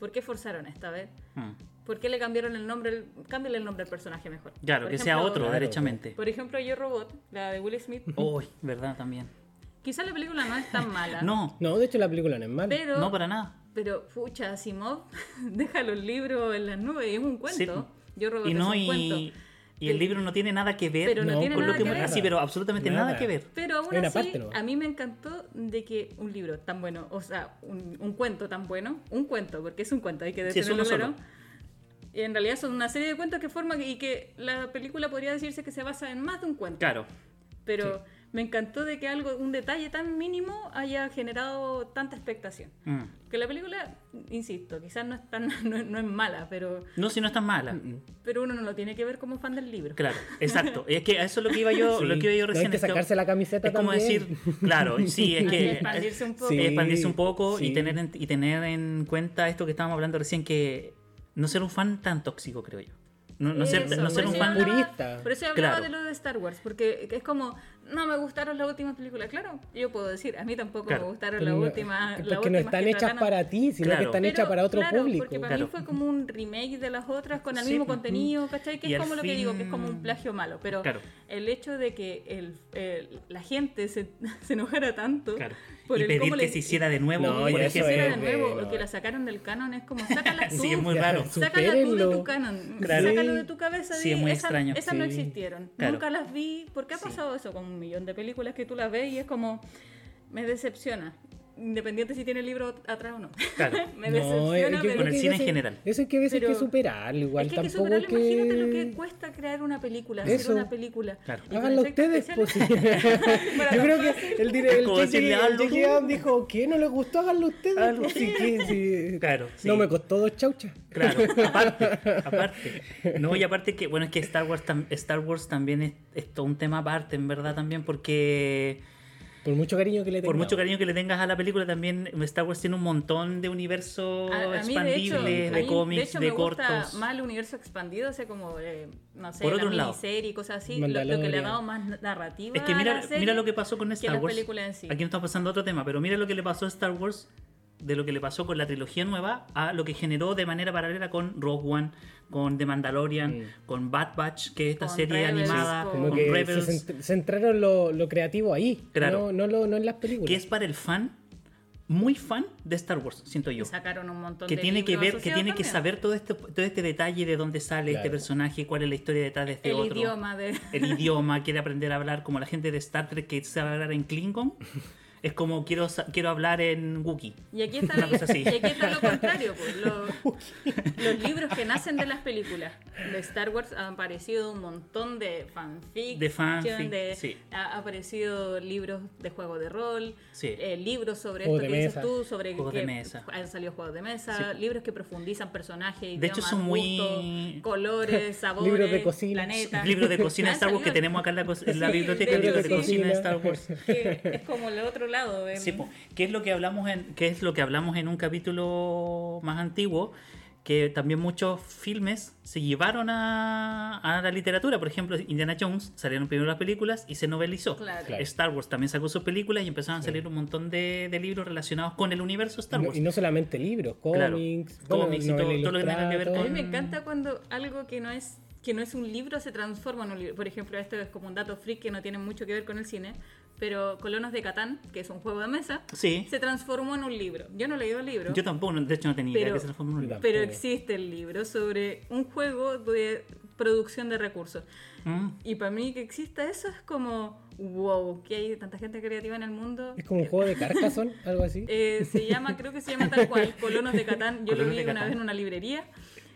Speaker 5: ¿por qué forzaron esta vez?
Speaker 4: Mm.
Speaker 5: ¿Por qué le cambiaron el nombre? al- Cámbiale el nombre al personaje mejor.
Speaker 4: Claro,
Speaker 5: Por
Speaker 4: que sea
Speaker 5: ejemplo,
Speaker 4: otro,
Speaker 3: Claro.
Speaker 4: derechamente. (laughs)
Speaker 5: Por ejemplo, Yo Robot, la de Will Smith.
Speaker 4: Uy, verdad también.
Speaker 5: Quizás la película no es tan mala.
Speaker 4: No,
Speaker 3: No, de hecho la película no es mala.
Speaker 5: pero,
Speaker 4: no para nada.
Speaker 5: pero pucha, Asimov (laughs) deja los libros en las nubes y es un
Speaker 4: Sí.
Speaker 5: cuento. Yo Robot
Speaker 4: Y
Speaker 5: es
Speaker 4: no,
Speaker 5: un
Speaker 4: y,
Speaker 5: cuento.
Speaker 4: y el
Speaker 5: Pe-
Speaker 4: libro no tiene nada que ver
Speaker 5: pero no
Speaker 3: No,
Speaker 5: tiene
Speaker 4: con
Speaker 5: nada
Speaker 4: lo que
Speaker 5: que ver.
Speaker 4: así, pero absolutamente nada,
Speaker 3: Nada.
Speaker 4: que ver.
Speaker 5: Pero aún
Speaker 3: Hay una
Speaker 5: así,
Speaker 3: parte nomás.
Speaker 5: a mí me encantó de que un libro tan bueno, o sea, un, un cuento tan bueno, un cuento, porque es un cuento, hay que
Speaker 4: Sí, es
Speaker 5: decirlo
Speaker 4: uno
Speaker 5: claro.
Speaker 4: solo.
Speaker 5: Y en realidad son una serie de cuentos que forman y que la película podría decirse que se basa en más de un cuento.
Speaker 4: Claro,
Speaker 5: Pero me encantó de que algo, un detalle tan mínimo haya generado tanta expectación.
Speaker 4: Mm.
Speaker 5: Que la película, insisto, quizás no es, tan, (laughs) no, es- no es mala, pero,
Speaker 4: No, si no es tan mala.
Speaker 3: Mm,
Speaker 5: pero uno no lo tiene que ver como fan del libro.
Speaker 4: Claro, exacto. Es que a eso es lo que iba
Speaker 3: (laughs)
Speaker 4: yo,
Speaker 3: Sí.
Speaker 4: lo que iba yo
Speaker 3: No,
Speaker 4: recién.
Speaker 3: hay que
Speaker 4: es como-
Speaker 3: sacarse la camiseta
Speaker 4: Es como
Speaker 3: también.
Speaker 4: decir, claro,
Speaker 3: (laughs)
Speaker 4: sí, es
Speaker 5: Hay
Speaker 4: que
Speaker 5: que expandirse un poco.
Speaker 3: Sí,
Speaker 4: expandirse un poco y
Speaker 3: sí.
Speaker 4: tener en, y tener en cuenta esto que estábamos hablando recién que no ser un fan tan tóxico, creo yo. No, no ser,
Speaker 5: Eso, pues
Speaker 4: no ser
Speaker 5: por
Speaker 4: un
Speaker 5: eso
Speaker 4: fan
Speaker 5: yo hablaba-
Speaker 3: Purista.
Speaker 5: Por eso yo hablaba
Speaker 4: Claro.
Speaker 5: de lo de Star Wars, porque es como, no me gustaron las últimas películas. Claro, yo puedo decir, a mí tampoco
Speaker 4: Claro.
Speaker 5: me gustaron
Speaker 3: Pero
Speaker 5: las
Speaker 3: no-
Speaker 5: últimas. las
Speaker 3: porque no
Speaker 5: últimas
Speaker 3: están
Speaker 5: que
Speaker 3: hechas
Speaker 5: trataron-
Speaker 3: para ti, sino
Speaker 4: Claro.
Speaker 3: que están
Speaker 5: Pero,
Speaker 3: hechas para otro
Speaker 5: claro,
Speaker 3: público.
Speaker 5: Porque para
Speaker 4: Claro.
Speaker 5: mí fue como un remake de las otras con el
Speaker 4: Sí,
Speaker 5: mismo
Speaker 4: pues.
Speaker 5: contenido, ¿cachai? Que
Speaker 4: Y
Speaker 5: es
Speaker 4: al
Speaker 5: como lo que digo, que es como
Speaker 4: fin-
Speaker 5: un plagio malo. Pero
Speaker 4: Claro.
Speaker 5: el hecho de que el, el- la gente se, (laughs) se enojara tanto
Speaker 4: Claro.
Speaker 5: (laughs) por
Speaker 4: y
Speaker 5: el
Speaker 4: pedir
Speaker 5: cómo
Speaker 4: que
Speaker 5: le-
Speaker 4: se hiciera de nuevo,
Speaker 3: No,
Speaker 5: y
Speaker 4: por
Speaker 3: ya
Speaker 5: que
Speaker 3: eso
Speaker 5: se hiciera
Speaker 4: ejemplo.
Speaker 5: de
Speaker 3: es
Speaker 5: nuevo,
Speaker 3: de-
Speaker 5: o que la sacaron del canon, es como,
Speaker 4: (laughs)
Speaker 5: sácala tú.
Speaker 4: Sí, es muy raro.
Speaker 5: Sácala tú de
Speaker 3: Supérenlo.
Speaker 5: tu canon.
Speaker 4: Claro.
Speaker 5: Sácalo de tu cabeza.
Speaker 4: Sí,
Speaker 5: di,
Speaker 4: es muy
Speaker 5: esas-
Speaker 4: extraño.
Speaker 5: Esas no
Speaker 3: Sí.
Speaker 5: existieron.
Speaker 4: Claro.
Speaker 5: Nunca las vi. ¿Por qué ha
Speaker 4: Sí.
Speaker 5: pasado eso con un millón de películas que tú las ves y es como. Me decepciona. Independiente si tiene el libro atrás o no. (laughs)
Speaker 4: Claro.
Speaker 5: me
Speaker 3: No, eh,
Speaker 5: decepciona,
Speaker 3: yo
Speaker 5: pero.
Speaker 3: creo
Speaker 4: el
Speaker 3: que
Speaker 4: cine en
Speaker 3: veces-
Speaker 4: general.
Speaker 3: Eso es que a veces hay
Speaker 5: Pero-
Speaker 3: que superarlo, igual
Speaker 5: es que hay que
Speaker 3: tampoco
Speaker 5: superarlo.
Speaker 3: que...
Speaker 5: Imagínate lo que cuesta crear una película, hacer
Speaker 3: Eso.
Speaker 5: una película.
Speaker 4: Claro.
Speaker 5: Y con
Speaker 3: Háganlo
Speaker 5: efectos
Speaker 3: ustedes, pues. (laughs)
Speaker 5: especiales- (laughs) Para
Speaker 3: Yo
Speaker 5: los
Speaker 3: creo
Speaker 5: fans.
Speaker 3: que el dire- el
Speaker 4: Como
Speaker 3: J.J. el
Speaker 4: decirle, "Hazlo
Speaker 3: J.J.
Speaker 4: tú".
Speaker 3: Abrams dijo, ¿qué? ¿No les gustó? Háganlo ustedes.
Speaker 4: Hazlo
Speaker 3: pues, sí, que, sí.
Speaker 4: Claro, sí.
Speaker 3: No me costó dos chauchas.
Speaker 4: Claro, aparte, aparte. No, y aparte que, bueno, es que Star Wars, tam- Star Wars también es, es todo un tema aparte, en verdad, también, porque
Speaker 3: Por mucho cariño que le tengo.
Speaker 4: por mucho cariño que le tengas a la película, también Star Wars tiene un montón de universo
Speaker 5: A- a mí,
Speaker 4: expandible, de,
Speaker 5: a mí,
Speaker 4: cómics, de,
Speaker 5: hecho, me
Speaker 4: cortos.
Speaker 5: Gusta más el universo expandido, o sea, como, eh, no sé,
Speaker 4: Por
Speaker 5: la
Speaker 4: otro lado.
Speaker 5: miniserie y cosas así, lo, lo que le
Speaker 3: Mandalorian.
Speaker 5: ha dado más narrativa.
Speaker 4: Es que
Speaker 5: a
Speaker 4: mira,
Speaker 5: Ah, la serie.
Speaker 4: mira lo que pasó con
Speaker 5: que
Speaker 4: Star
Speaker 5: la
Speaker 4: Wars.
Speaker 5: película en sí.
Speaker 4: Aquí no estamos pasando a otro tema, pero mira lo que le pasó a Star Wars de lo que le pasó con la trilogía nueva a lo que generó de manera paralela con Rogue One, con The Mandalorian, con Bad Batch, que es esta
Speaker 5: Con
Speaker 4: serie
Speaker 5: Rebels,
Speaker 4: animada,
Speaker 5: con-
Speaker 4: con
Speaker 3: Como que
Speaker 4: Rebels,
Speaker 3: se cent- centraron lo, lo creativo ahí. No,
Speaker 4: Claro.
Speaker 3: no, lo, no en las películas.
Speaker 4: que es para el fan, muy fan de Star Wars, siento yo.
Speaker 5: sacaron un montón
Speaker 4: Que
Speaker 5: de
Speaker 4: tiene que
Speaker 5: libros
Speaker 4: ver, que
Speaker 5: asociados
Speaker 4: tiene que
Speaker 5: también.
Speaker 4: saber todo este, todo este detalle de dónde sale este
Speaker 3: Claro.
Speaker 4: personaje, cuál es la historia detrás de este
Speaker 5: el
Speaker 4: otro.
Speaker 5: idioma de
Speaker 4: el idioma, quiere aprender a hablar como la gente de Star Trek que sabe hablar en Klingon. Es como quiero, sa- quiero hablar en Wookiee.
Speaker 5: y aquí está
Speaker 4: Una
Speaker 5: lo,
Speaker 4: cosa así.
Speaker 5: y
Speaker 4: (laughs)
Speaker 5: aquí está lo contrario pues, lo- los libros que nacen de las películas de Star Wars han aparecido un montón de fanfic
Speaker 4: De fanfic,
Speaker 5: de-
Speaker 4: sí.
Speaker 5: ha ha aparecido libros de juego de rol
Speaker 4: Sí.
Speaker 5: eh, libros sobre
Speaker 3: Juegos de
Speaker 5: esto que dices
Speaker 3: mesa.
Speaker 5: tú sobre
Speaker 4: Juegos
Speaker 5: que
Speaker 4: de mesa.
Speaker 5: han salido juegos de mesa libros que profundizan personajes
Speaker 4: De hecho,
Speaker 5: idiomas,
Speaker 4: son muy- (laughs)
Speaker 5: gustos, colores sabores
Speaker 3: Libros de cocina.
Speaker 5: planetas.
Speaker 4: Libros de cocina
Speaker 5: (laughs)
Speaker 4: de Star Wars que
Speaker 5: Han salido-
Speaker 4: tenemos acá en la, co- en la
Speaker 5: Sí,
Speaker 4: biblioteca,
Speaker 5: de-
Speaker 4: libros de
Speaker 5: sí.
Speaker 4: cocina de Star
Speaker 5: (laughs)
Speaker 4: Wars.
Speaker 5: que es como el otro lado em.
Speaker 4: Sí, pues. po. ¿Qué es lo que hablamos en qué es lo que hablamos en un capítulo más antiguo? Que también muchos filmes se llevaron a, a la literatura. Por ejemplo, Indiana Jones salieron primero las películas y se novelizó.
Speaker 5: Claro.
Speaker 3: Claro.
Speaker 4: Star Wars también sacó sus películas y empezaron a salir un montón de, de libros relacionados con el universo Star
Speaker 3: No-
Speaker 4: Wars.
Speaker 3: y no solamente libros,
Speaker 4: Claro.
Speaker 3: cómics,
Speaker 4: Cómics y todo- todo lo que tenga que ver
Speaker 5: A mí
Speaker 4: con-
Speaker 5: me encanta cuando algo que no es que no es un libro se transforma en un libro. Por ejemplo, esto es como un dato freak que no tiene mucho que ver con el cine, pero Colonos de Catán, que es un juego de mesa,
Speaker 4: Sí.
Speaker 5: se transformó en un libro. Yo no he leído el libro,
Speaker 4: Yo tampoco, no- de hecho no tenía idea
Speaker 5: Pero-
Speaker 4: que se transformó en un libro.
Speaker 5: pero
Speaker 3: tampoco.
Speaker 5: existe el libro sobre un juego de producción de recursos.
Speaker 4: Mm.
Speaker 5: Y para mí que exista eso es como, wow, que hay tanta gente creativa en el mundo.
Speaker 3: Es como un juego de Carcassonne, algo así.
Speaker 5: Eh, se llama, creo que se llama tal cual, Colonos de Catán. Yo
Speaker 4: Colonos
Speaker 5: lo
Speaker 4: de
Speaker 5: vi una
Speaker 4: Catán.
Speaker 5: vez en una librería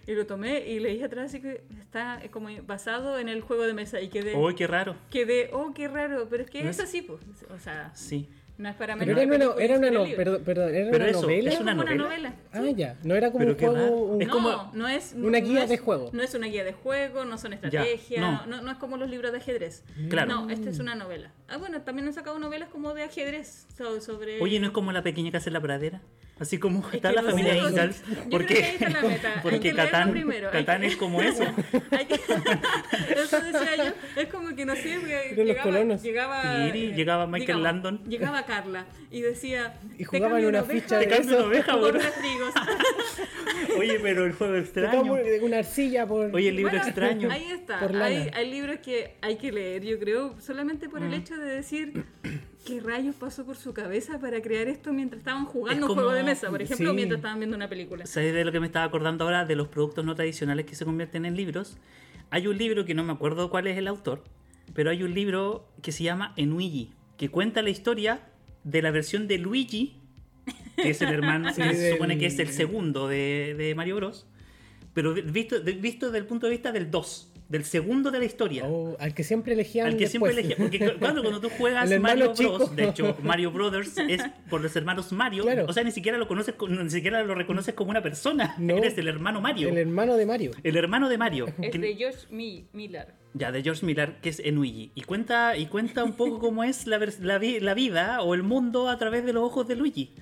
Speaker 5: y lo tomé y leí atrás así que está eh, como basado en el juego de mesa y quedé,
Speaker 4: ¡Uy, qué raro!
Speaker 5: quedé oh, qué raro, pero es que
Speaker 4: ¿No
Speaker 5: es
Speaker 4: es?
Speaker 5: así, pues. O sea,
Speaker 4: Sí.
Speaker 5: No es para
Speaker 3: Pero
Speaker 5: menos.
Speaker 3: era una,
Speaker 5: es
Speaker 3: no-
Speaker 5: película,
Speaker 3: era una,
Speaker 5: es
Speaker 3: no-
Speaker 5: libro.
Speaker 3: perdón, perdón, ¿era
Speaker 4: Pero
Speaker 3: una
Speaker 4: eso,
Speaker 3: novela.
Speaker 5: es
Speaker 4: ¿Es
Speaker 5: una
Speaker 4: una
Speaker 5: novela.
Speaker 4: novela?
Speaker 3: Ah, ya. No era como
Speaker 4: Pero
Speaker 3: un
Speaker 4: qué raro.
Speaker 3: juego. un-
Speaker 4: Es
Speaker 5: no,
Speaker 4: como-
Speaker 5: no es
Speaker 3: Una guía
Speaker 5: no es-
Speaker 3: de juego.
Speaker 5: No es una guía de juego, no son estrategias,
Speaker 4: no.
Speaker 5: no. No, es como los libros de ajedrez.
Speaker 4: Claro.
Speaker 5: No, esta es una novela. Ah, bueno, también han sacado novelas como de ajedrez so- sobre.
Speaker 4: Oye, ¿no es como la pequeña casa en la pradera? Así como
Speaker 5: que
Speaker 4: está la
Speaker 5: no
Speaker 4: familia
Speaker 5: sé, no-
Speaker 4: Ingalls.
Speaker 5: yo creo que ahí
Speaker 4: Porque,
Speaker 5: está la meta, hay que
Speaker 4: (laughs) porque
Speaker 5: leerlo
Speaker 4: Catán,
Speaker 5: primero, hay
Speaker 4: Catán
Speaker 5: que-
Speaker 4: es como eso.
Speaker 5: (laughs) Hay que- Eso decía yo. Es como que no sé, porque
Speaker 3: Pero los
Speaker 5: llegaba,
Speaker 3: colonos.
Speaker 5: llegaba, eh,
Speaker 4: Piri, llegaba Michael Landon.
Speaker 5: Llegaba Carla y decía.
Speaker 3: Y
Speaker 5: "Te
Speaker 3: jugaban
Speaker 5: cambio
Speaker 3: una
Speaker 5: oveja
Speaker 3: ficha
Speaker 4: Te
Speaker 3: de-
Speaker 4: cambio una
Speaker 5: (laughs)
Speaker 3: Eso.
Speaker 4: oveja,
Speaker 5: por
Speaker 4: bro.
Speaker 5: unos
Speaker 4: (laughs)
Speaker 5: trigos.
Speaker 4: Oye, pero el juego extraño.
Speaker 3: Tocamos una arcilla por.
Speaker 4: Oye, el libro
Speaker 5: Bueno,
Speaker 4: extraño.
Speaker 5: Ahí está.
Speaker 3: Por lana.
Speaker 5: Hay, hay libros que hay que leer, yo creo, solamente
Speaker 4: Mm.
Speaker 5: por el hecho de decir (clears throat) qué rayos pasó por su cabeza para crear esto mientras estaban jugando
Speaker 4: Es
Speaker 5: un juego
Speaker 4: como-
Speaker 5: de mesa, por ejemplo,
Speaker 3: sí.
Speaker 5: mientras estaban viendo una película.
Speaker 4: ¿Sabes de lo que me estaba acordando ahora? De los productos no tradicionales que se convierten en libros. Hay un libro que no me acuerdo cuál es el autor, pero hay un libro que se llama Enuigi, que cuenta la historia de la versión de Luigi, que es el hermano,
Speaker 3: (laughs) Sí,
Speaker 4: que se
Speaker 3: del-
Speaker 4: supone que es el segundo de, de Mario Bros. Pero visto, de- visto desde el punto de vista del 2, del segundo de la historia.
Speaker 3: Oh, al que siempre elegían.
Speaker 4: Al que siempre
Speaker 3: después.
Speaker 4: elegía.
Speaker 3: (laughs)
Speaker 4: Porque cu- cuando, cuando tú juegas
Speaker 3: El hermano
Speaker 4: Mario Bros.
Speaker 3: chico.
Speaker 4: De
Speaker 3: (laughs)
Speaker 4: hecho, Mario Brothers es por los hermanos Mario.
Speaker 3: Claro.
Speaker 4: O sea, ni siquiera lo conoces, co- ni siquiera lo reconoces como una persona. (laughs)
Speaker 3: No.
Speaker 4: Eres el hermano Mario.
Speaker 3: El
Speaker 4: El,
Speaker 3: hermano de Mario.
Speaker 4: hermano de Mario.
Speaker 5: Es
Speaker 4: que-
Speaker 5: de Josh Mi- Miller.
Speaker 4: ya, de George Miller, que es Enuigi. Y cuenta, y cuenta un poco cómo es la, vers- la, vi- la vida o el mundo a través de los ojos de Luigi.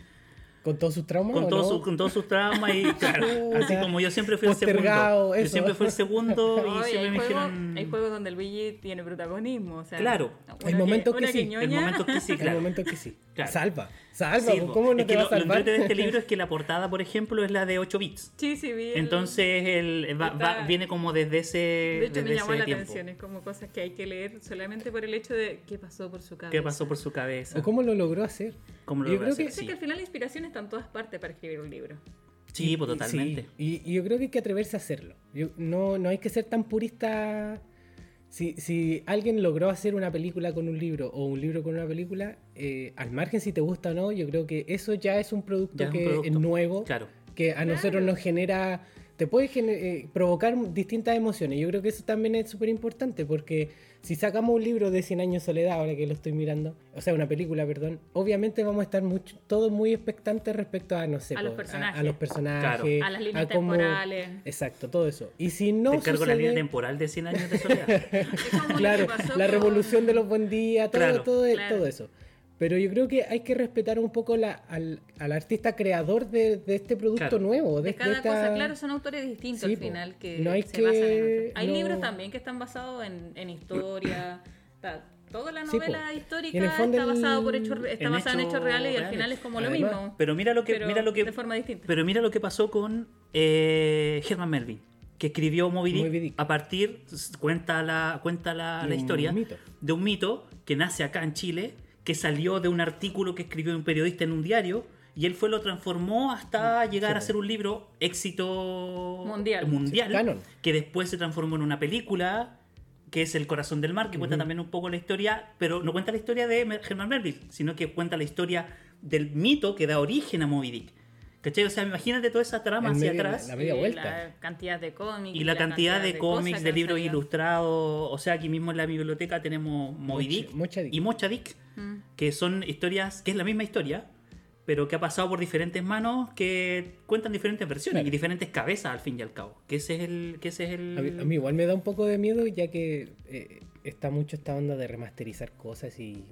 Speaker 3: Con todos sus traumas.
Speaker 4: Con
Speaker 3: ¿o
Speaker 4: todos
Speaker 3: no?
Speaker 4: sus con todos sus
Speaker 3: (laughs)
Speaker 4: traumas y claro.
Speaker 3: Puta.
Speaker 4: Así como yo siempre fui el
Speaker 3: Postergado,
Speaker 4: segundo. Yo
Speaker 3: eso.
Speaker 4: siempre fui el segundo y siempre
Speaker 5: Ay, hay,
Speaker 4: me
Speaker 5: juego-
Speaker 4: dijeron.
Speaker 5: hay juegos donde Luigi tiene protagonismo. O sea,
Speaker 4: Claro.
Speaker 5: una
Speaker 3: "Mm". Hay momentos que
Speaker 5: una
Speaker 3: sí, hay
Speaker 4: El
Speaker 5: ñoña. (laughs)
Speaker 4: momento que
Speaker 3: En
Speaker 4: sí,
Speaker 3: el
Speaker 4: claro.
Speaker 3: momento que sí.
Speaker 4: (laughs) Claro.
Speaker 3: Salva. Salva.
Speaker 4: Sí,
Speaker 3: pues,
Speaker 4: po.
Speaker 3: ¿Cómo no
Speaker 4: es
Speaker 3: te
Speaker 4: que
Speaker 3: va
Speaker 4: lo,
Speaker 3: a
Speaker 4: lo
Speaker 3: salvar?
Speaker 4: entrete de este
Speaker 5: (laughs)
Speaker 4: libro es que la portada, por ejemplo, es la de 8 bits.
Speaker 5: Sí, sí, vi el-
Speaker 4: Entonces el, va- va-
Speaker 5: Está-
Speaker 4: viene como desde ese,
Speaker 5: De hecho,
Speaker 4: desde
Speaker 5: me llamó
Speaker 4: ese
Speaker 5: la
Speaker 4: tiempo.
Speaker 5: atención. Es como cosas que hay que leer solamente por el hecho de qué pasó por su cabeza.
Speaker 4: ¿Qué pasó por su
Speaker 3: (laughs)
Speaker 4: cabeza?
Speaker 3: ¿O cómo lo logró hacer?
Speaker 4: ¿Cómo lo
Speaker 3: yo
Speaker 4: logró
Speaker 3: creo que-
Speaker 4: hacer?
Speaker 5: Sé
Speaker 4: Sí,
Speaker 5: que al final la inspiración está en todas partes para escribir
Speaker 3: (laughs)
Speaker 5: un libro.
Speaker 4: Sí,
Speaker 3: Y-
Speaker 4: pues,
Speaker 3: y-
Speaker 4: totalmente.
Speaker 3: sí, Y, y yo creo que hay que atreverse a hacerlo. Yo- no, no hay que ser tan purista. Si, si alguien logró hacer una película con un libro o un libro con una película, eh, al margen si te gusta o no, yo creo que eso ya es un producto
Speaker 4: Ya es un
Speaker 3: que
Speaker 4: producto.
Speaker 3: es nuevo,
Speaker 4: Claro.
Speaker 3: que a nosotros nos genera, te puede gene- eh, provocar distintas emociones. Yo creo que eso también es súper importante porque si sacamos un libro de 100 años de soledad, ahora que lo estoy mirando, o sea, una película, perdón, obviamente vamos a estar mucho, todos muy expectantes respecto a, no sé,
Speaker 5: A los
Speaker 3: po,
Speaker 5: personajes.
Speaker 3: a los personajes,
Speaker 5: A las líneas
Speaker 3: cómo-
Speaker 5: temporales.
Speaker 3: Exacto, todo eso. Y si no
Speaker 4: Te cargo la
Speaker 3: sucede-
Speaker 4: línea temporal de 100 años de
Speaker 5: (laughs)
Speaker 4: soledad.
Speaker 5: Es como lo que
Speaker 3: Claro,
Speaker 5: pasó
Speaker 3: la
Speaker 5: con-
Speaker 3: revolución de los buen días, todo,
Speaker 4: Claro.
Speaker 3: todo,
Speaker 5: Claro.
Speaker 3: todo eso. Pero yo creo que hay que respetar un poco la- al, al artista creador de, de este producto
Speaker 4: Claro.
Speaker 3: nuevo.
Speaker 5: De
Speaker 3: de-
Speaker 5: cada
Speaker 3: de esta-
Speaker 5: cosa, claro, son autores distintos
Speaker 3: Sí,
Speaker 5: al
Speaker 3: po.
Speaker 5: final que
Speaker 3: No hay
Speaker 5: se
Speaker 3: que-
Speaker 5: basan en otro. Hay
Speaker 3: no-
Speaker 5: libros también que están basados en, en historia. está- toda la
Speaker 3: Sí,
Speaker 5: novela
Speaker 3: po.
Speaker 5: histórica
Speaker 3: Y en el fondo
Speaker 5: está
Speaker 3: el-
Speaker 5: basada por hechos, re- está
Speaker 4: en
Speaker 5: basada en
Speaker 4: hechos
Speaker 5: hechos reales y al
Speaker 4: reales.
Speaker 5: final es como
Speaker 3: Además,
Speaker 5: lo mismo.
Speaker 4: Pero mira lo que,
Speaker 5: pero
Speaker 4: mira lo que,
Speaker 5: de forma distinta.
Speaker 4: pero mira lo que pasó con eh, Herman Melvin, que escribió Moby Dick,
Speaker 3: Moby Dick.
Speaker 4: a partir s- cuenta la cuenta la,
Speaker 3: De
Speaker 4: Ah, la
Speaker 3: un
Speaker 4: historia
Speaker 3: mito.
Speaker 4: de un mito que nace acá en Chile, que salió de un artículo que escribió un periodista en un diario. Y él fue lo transformó hasta llegar a
Speaker 3: sí.
Speaker 4: ser un libro éxito
Speaker 5: Mundial.
Speaker 4: mundial,
Speaker 3: Sí, canon.
Speaker 4: que después se transformó en una película que es El corazón del mar, que cuenta también un poco la historia, pero no cuenta la historia de Mer- Herman Melville, sino que cuenta la historia del mito que da origen a Moby Dick. ¿Cachai? O sea, imagínate toda esa trama
Speaker 3: En
Speaker 4: hacia
Speaker 3: medio de
Speaker 4: atrás
Speaker 3: La media
Speaker 5: Y
Speaker 3: vuelta.
Speaker 5: La cantidad de cómics.
Speaker 4: y la cantidad, de, cómics,
Speaker 5: cosas
Speaker 4: de
Speaker 5: que
Speaker 4: libros
Speaker 5: han salido.
Speaker 4: ilustrados. O sea, aquí mismo en la biblioteca tenemos Moby
Speaker 3: Mocha-
Speaker 4: Dick
Speaker 3: Mocha Dick.
Speaker 4: y Mocha Dick,
Speaker 5: Mm.
Speaker 4: que son historias, que es la misma historia, pero que ha pasado por diferentes manos, que cuentan diferentes versiones
Speaker 3: Claro.
Speaker 4: y diferentes cabezas al fin y al cabo. Que ese es el. Que ese es el...
Speaker 3: A mí, a mí igual me da un poco de miedo ya que eh, está mucho esta onda de remasterizar
Speaker 4: (laughs)
Speaker 3: cosas y...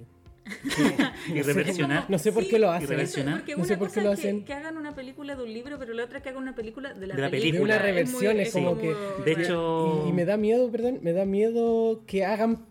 Speaker 4: y reversionar.
Speaker 3: No sé por qué lo hacen.
Speaker 5: eso,
Speaker 4: Reversionar.
Speaker 5: porque
Speaker 3: No sé
Speaker 5: una
Speaker 3: por qué
Speaker 5: cosa
Speaker 3: lo
Speaker 5: es que-
Speaker 3: hacen.
Speaker 5: Que, hagan una película de un libro, pero la otra es que hagan una película de la,
Speaker 4: De la
Speaker 5: película.
Speaker 4: película. De una
Speaker 5: Es muy-
Speaker 3: reversión, es
Speaker 5: es
Speaker 3: como que-
Speaker 4: De hecho.
Speaker 3: Y, y me da miedo, perdón, me da miedo que hagan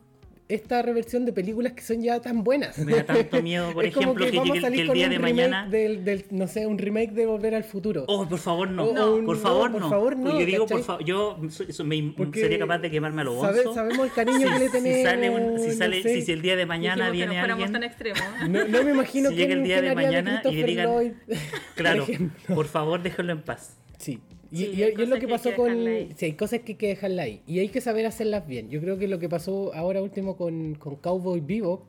Speaker 3: esta reversión de películas que son ya tan buenas.
Speaker 4: Me da
Speaker 3: (laughs)
Speaker 4: tanto miedo, por
Speaker 3: Es como
Speaker 4: ejemplo, que,
Speaker 3: vamos
Speaker 4: llegue
Speaker 3: a
Speaker 4: el-
Speaker 3: salir
Speaker 4: que el
Speaker 3: con
Speaker 4: día
Speaker 3: un
Speaker 4: de
Speaker 3: remake
Speaker 4: mañana.
Speaker 3: Del, del- no sé, un remake de Volver al Futuro.
Speaker 4: Oh, por favor, no.
Speaker 3: O- o un-
Speaker 4: por favor, no. Pues
Speaker 3: por favor, no,
Speaker 4: Yo digo, por
Speaker 3: ¿cachai?
Speaker 4: favor, yo so- so- me-
Speaker 3: Porque
Speaker 4: sería capaz de quemarme a lo
Speaker 3: sabe-
Speaker 4: bonzo.
Speaker 3: sabemos el cariño que le tenemos.
Speaker 4: (laughs) si sale, un- si,
Speaker 3: no
Speaker 4: sale-
Speaker 3: sé.
Speaker 4: si, si el día de mañana
Speaker 5: Dijimos
Speaker 4: viene
Speaker 5: que no fuéramos
Speaker 4: alguien.
Speaker 5: tan
Speaker 3: (laughs)
Speaker 5: extremos.
Speaker 3: no, no me imagino
Speaker 4: si llega
Speaker 3: quién-
Speaker 4: el día
Speaker 3: quién
Speaker 4: de
Speaker 3: haría
Speaker 4: mañana y
Speaker 3: Christopher
Speaker 4: digan-
Speaker 3: Lloyd,
Speaker 4: (laughs) Claro,
Speaker 3: por ejemplo.
Speaker 4: por favor, déjenlo en paz.
Speaker 3: Sí. Y,
Speaker 5: Sí,
Speaker 3: y-
Speaker 5: hay
Speaker 3: y es lo que
Speaker 5: cosas que hay
Speaker 3: pasó
Speaker 5: que
Speaker 3: con...
Speaker 5: dejarla ahí.
Speaker 3: Sí, hay cosas que hay que dejarla ahí. Y hay que saber hacerlas bien. Yo creo que lo que pasó ahora último con, con Cowboy Vivo,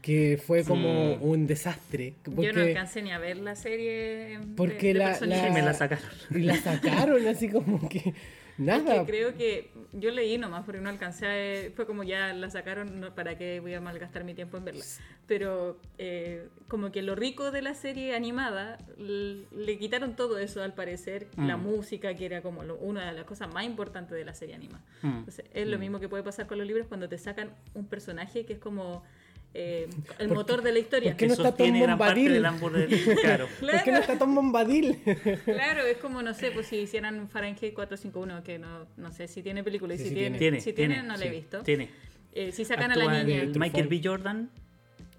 Speaker 3: que fue como
Speaker 4: Sí.
Speaker 3: un desastre.
Speaker 5: Yo no
Speaker 3: porque-
Speaker 5: alcancé ni a ver la serie. de-
Speaker 3: Porque
Speaker 5: de
Speaker 3: la,
Speaker 5: personajes.
Speaker 4: Y me la sacaron.
Speaker 3: Y la sacaron así como que Nada.
Speaker 5: Que creo que yo leí nomás porque no alcancé, a- eh, fue como ya la sacaron, no, ¿para qué voy a malgastar mi tiempo en verla? Pero eh, como que lo rico de la serie animada, l- le quitaron todo eso al parecer, la
Speaker 4: Mm.
Speaker 5: música que era como lo- una de las cosas más importantes de la serie animada.
Speaker 4: Mm.
Speaker 5: Entonces, es lo mismo que puede pasar con los libros cuando te sacan un personaje que es como eh, el
Speaker 3: ¿Por
Speaker 5: motor de la historia.
Speaker 3: por qué no está Tom
Speaker 4: sostiene gran parte
Speaker 3: Bombadil?
Speaker 4: del hamburguesa. Claro.
Speaker 3: ¿Por qué no está tan
Speaker 4: (laughs)
Speaker 3: bombadil?
Speaker 5: Claro, es como, no sé, pues si hicieran Fahrenheit 451, que no, no sé si tiene película. Y
Speaker 3: Sí,
Speaker 5: si
Speaker 3: sí
Speaker 5: tiene,
Speaker 4: tiene,
Speaker 5: si
Speaker 4: tiene,
Speaker 5: tiene, no la he
Speaker 3: sí,
Speaker 5: visto.
Speaker 4: Tiene.
Speaker 5: Eh, si sacan a
Speaker 4: Actúa
Speaker 5: la niña.
Speaker 4: el Michael B. Jordan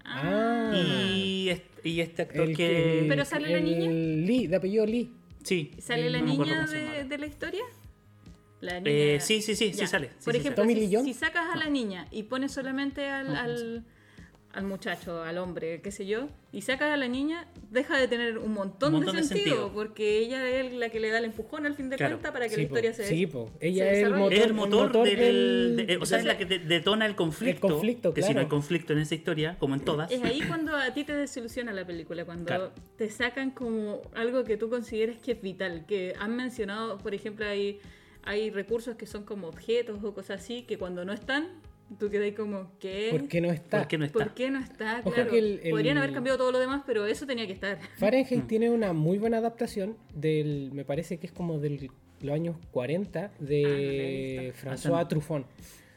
Speaker 3: Ah.
Speaker 4: y este, y este actor
Speaker 3: El
Speaker 4: que...
Speaker 5: Pero sale la
Speaker 3: el
Speaker 5: niña.
Speaker 3: Lee, de apellido Lee.
Speaker 4: Sí.
Speaker 5: ¿Sale la
Speaker 4: no me acuerdo
Speaker 5: niña
Speaker 4: cómo se llama.
Speaker 5: de, de la historia? La
Speaker 4: Eh, sí, sí, sí, sí
Speaker 5: Ya.
Speaker 4: sale. sí,
Speaker 5: Por
Speaker 4: sí
Speaker 5: ejemplo,
Speaker 3: sale. ¿Tommy
Speaker 5: si,
Speaker 3: Lee Jones?
Speaker 5: si sacas a la niña y pones solamente al, al, al muchacho, al hombre, qué sé yo, y sacas a la niña, deja de tener un montón,
Speaker 4: Un montón
Speaker 5: de,
Speaker 4: de
Speaker 5: sentido,
Speaker 4: sentido.
Speaker 5: porque ella es la que le da el empujón al fin de
Speaker 4: Claro.
Speaker 5: cuentas para que
Speaker 3: Sí,
Speaker 5: la
Speaker 3: po.
Speaker 5: historia se
Speaker 3: Sí, po.
Speaker 5: se
Speaker 3: Ella es el
Speaker 5: desarrolle.
Speaker 3: motor,
Speaker 4: Es el motor, del, de- o sea, es
Speaker 5: del-
Speaker 4: la que de- detona el conflicto.
Speaker 3: el conflicto,
Speaker 4: que si no
Speaker 3: claro.
Speaker 4: hay conflicto en esa historia, como en todas,
Speaker 5: Es
Speaker 3: (laughs)
Speaker 5: ahí cuando a ti te desilusiona la película, cuando
Speaker 4: Claro.
Speaker 5: te sacan como algo que tú consideres que es vital, que han mencionado, por ejemplo, hay, hay recursos que son como objetos o cosas así, que cuando no están, tú quedas como, ¿qué?
Speaker 3: ¿Por qué no está?
Speaker 4: ¿por qué no está?
Speaker 5: ¿Por qué no está?
Speaker 3: Ojo
Speaker 5: Claro,
Speaker 3: que el- el-
Speaker 5: podrían haber cambiado todo lo demás, pero eso tenía que
Speaker 3: (laughs)
Speaker 5: estar. Mm.
Speaker 3: Fahrenheit tiene una muy buena adaptación del, me parece que es como del los años 40
Speaker 5: Ah, no la he
Speaker 3: de
Speaker 5: visto.
Speaker 3: François Truffaut,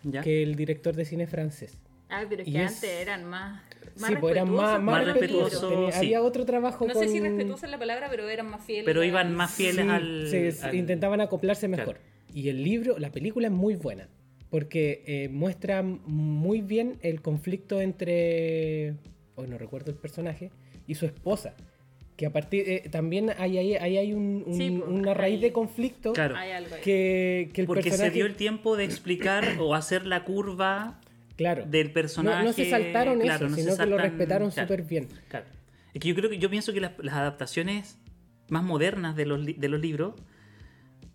Speaker 4: ¿Ya?
Speaker 3: que el director de cine francés.
Speaker 5: Ah, pero es
Speaker 3: Y
Speaker 5: que
Speaker 3: es-
Speaker 5: antes eran más, más
Speaker 3: sí, pues era más,
Speaker 5: respetuosos
Speaker 3: más
Speaker 5: con los
Speaker 3: respetuoso.
Speaker 5: libros.
Speaker 3: tenía-
Speaker 4: sí.
Speaker 3: Había otro trabajo
Speaker 5: No
Speaker 3: con...
Speaker 5: sé si respetuosa es la palabra, pero eran más fieles.
Speaker 4: Pero
Speaker 5: a-
Speaker 4: iban más fieles
Speaker 3: Sí,
Speaker 4: al,
Speaker 3: se-
Speaker 4: al-
Speaker 3: se intentaban acoplarse mejor.
Speaker 4: Claro.
Speaker 3: Y el libro, la película es muy buena, porque eh, muestra muy bien el conflicto entre, hoy no recuerdo el personaje, y su esposa. Que a partir, eh, también hay, ahí ahí hay un- un-
Speaker 5: Sí, pues,
Speaker 3: una raíz
Speaker 5: ahí.
Speaker 3: de conflicto
Speaker 4: Claro.
Speaker 5: Hay algo ahí.
Speaker 3: que, que el
Speaker 4: Porque
Speaker 3: personaje...
Speaker 4: se dio el tiempo de explicar o hacer la curva
Speaker 3: claro,
Speaker 4: del
Speaker 3: no,
Speaker 4: personaje.
Speaker 3: no se saltaron
Speaker 4: claro,
Speaker 3: eso,
Speaker 4: no se
Speaker 3: sino que lo
Speaker 4: saltan-
Speaker 3: respetaron
Speaker 4: claro,
Speaker 3: súper bien.
Speaker 4: claro. Es que yo creo que yo pienso que las, las adaptaciones más modernas de los, li- de los libros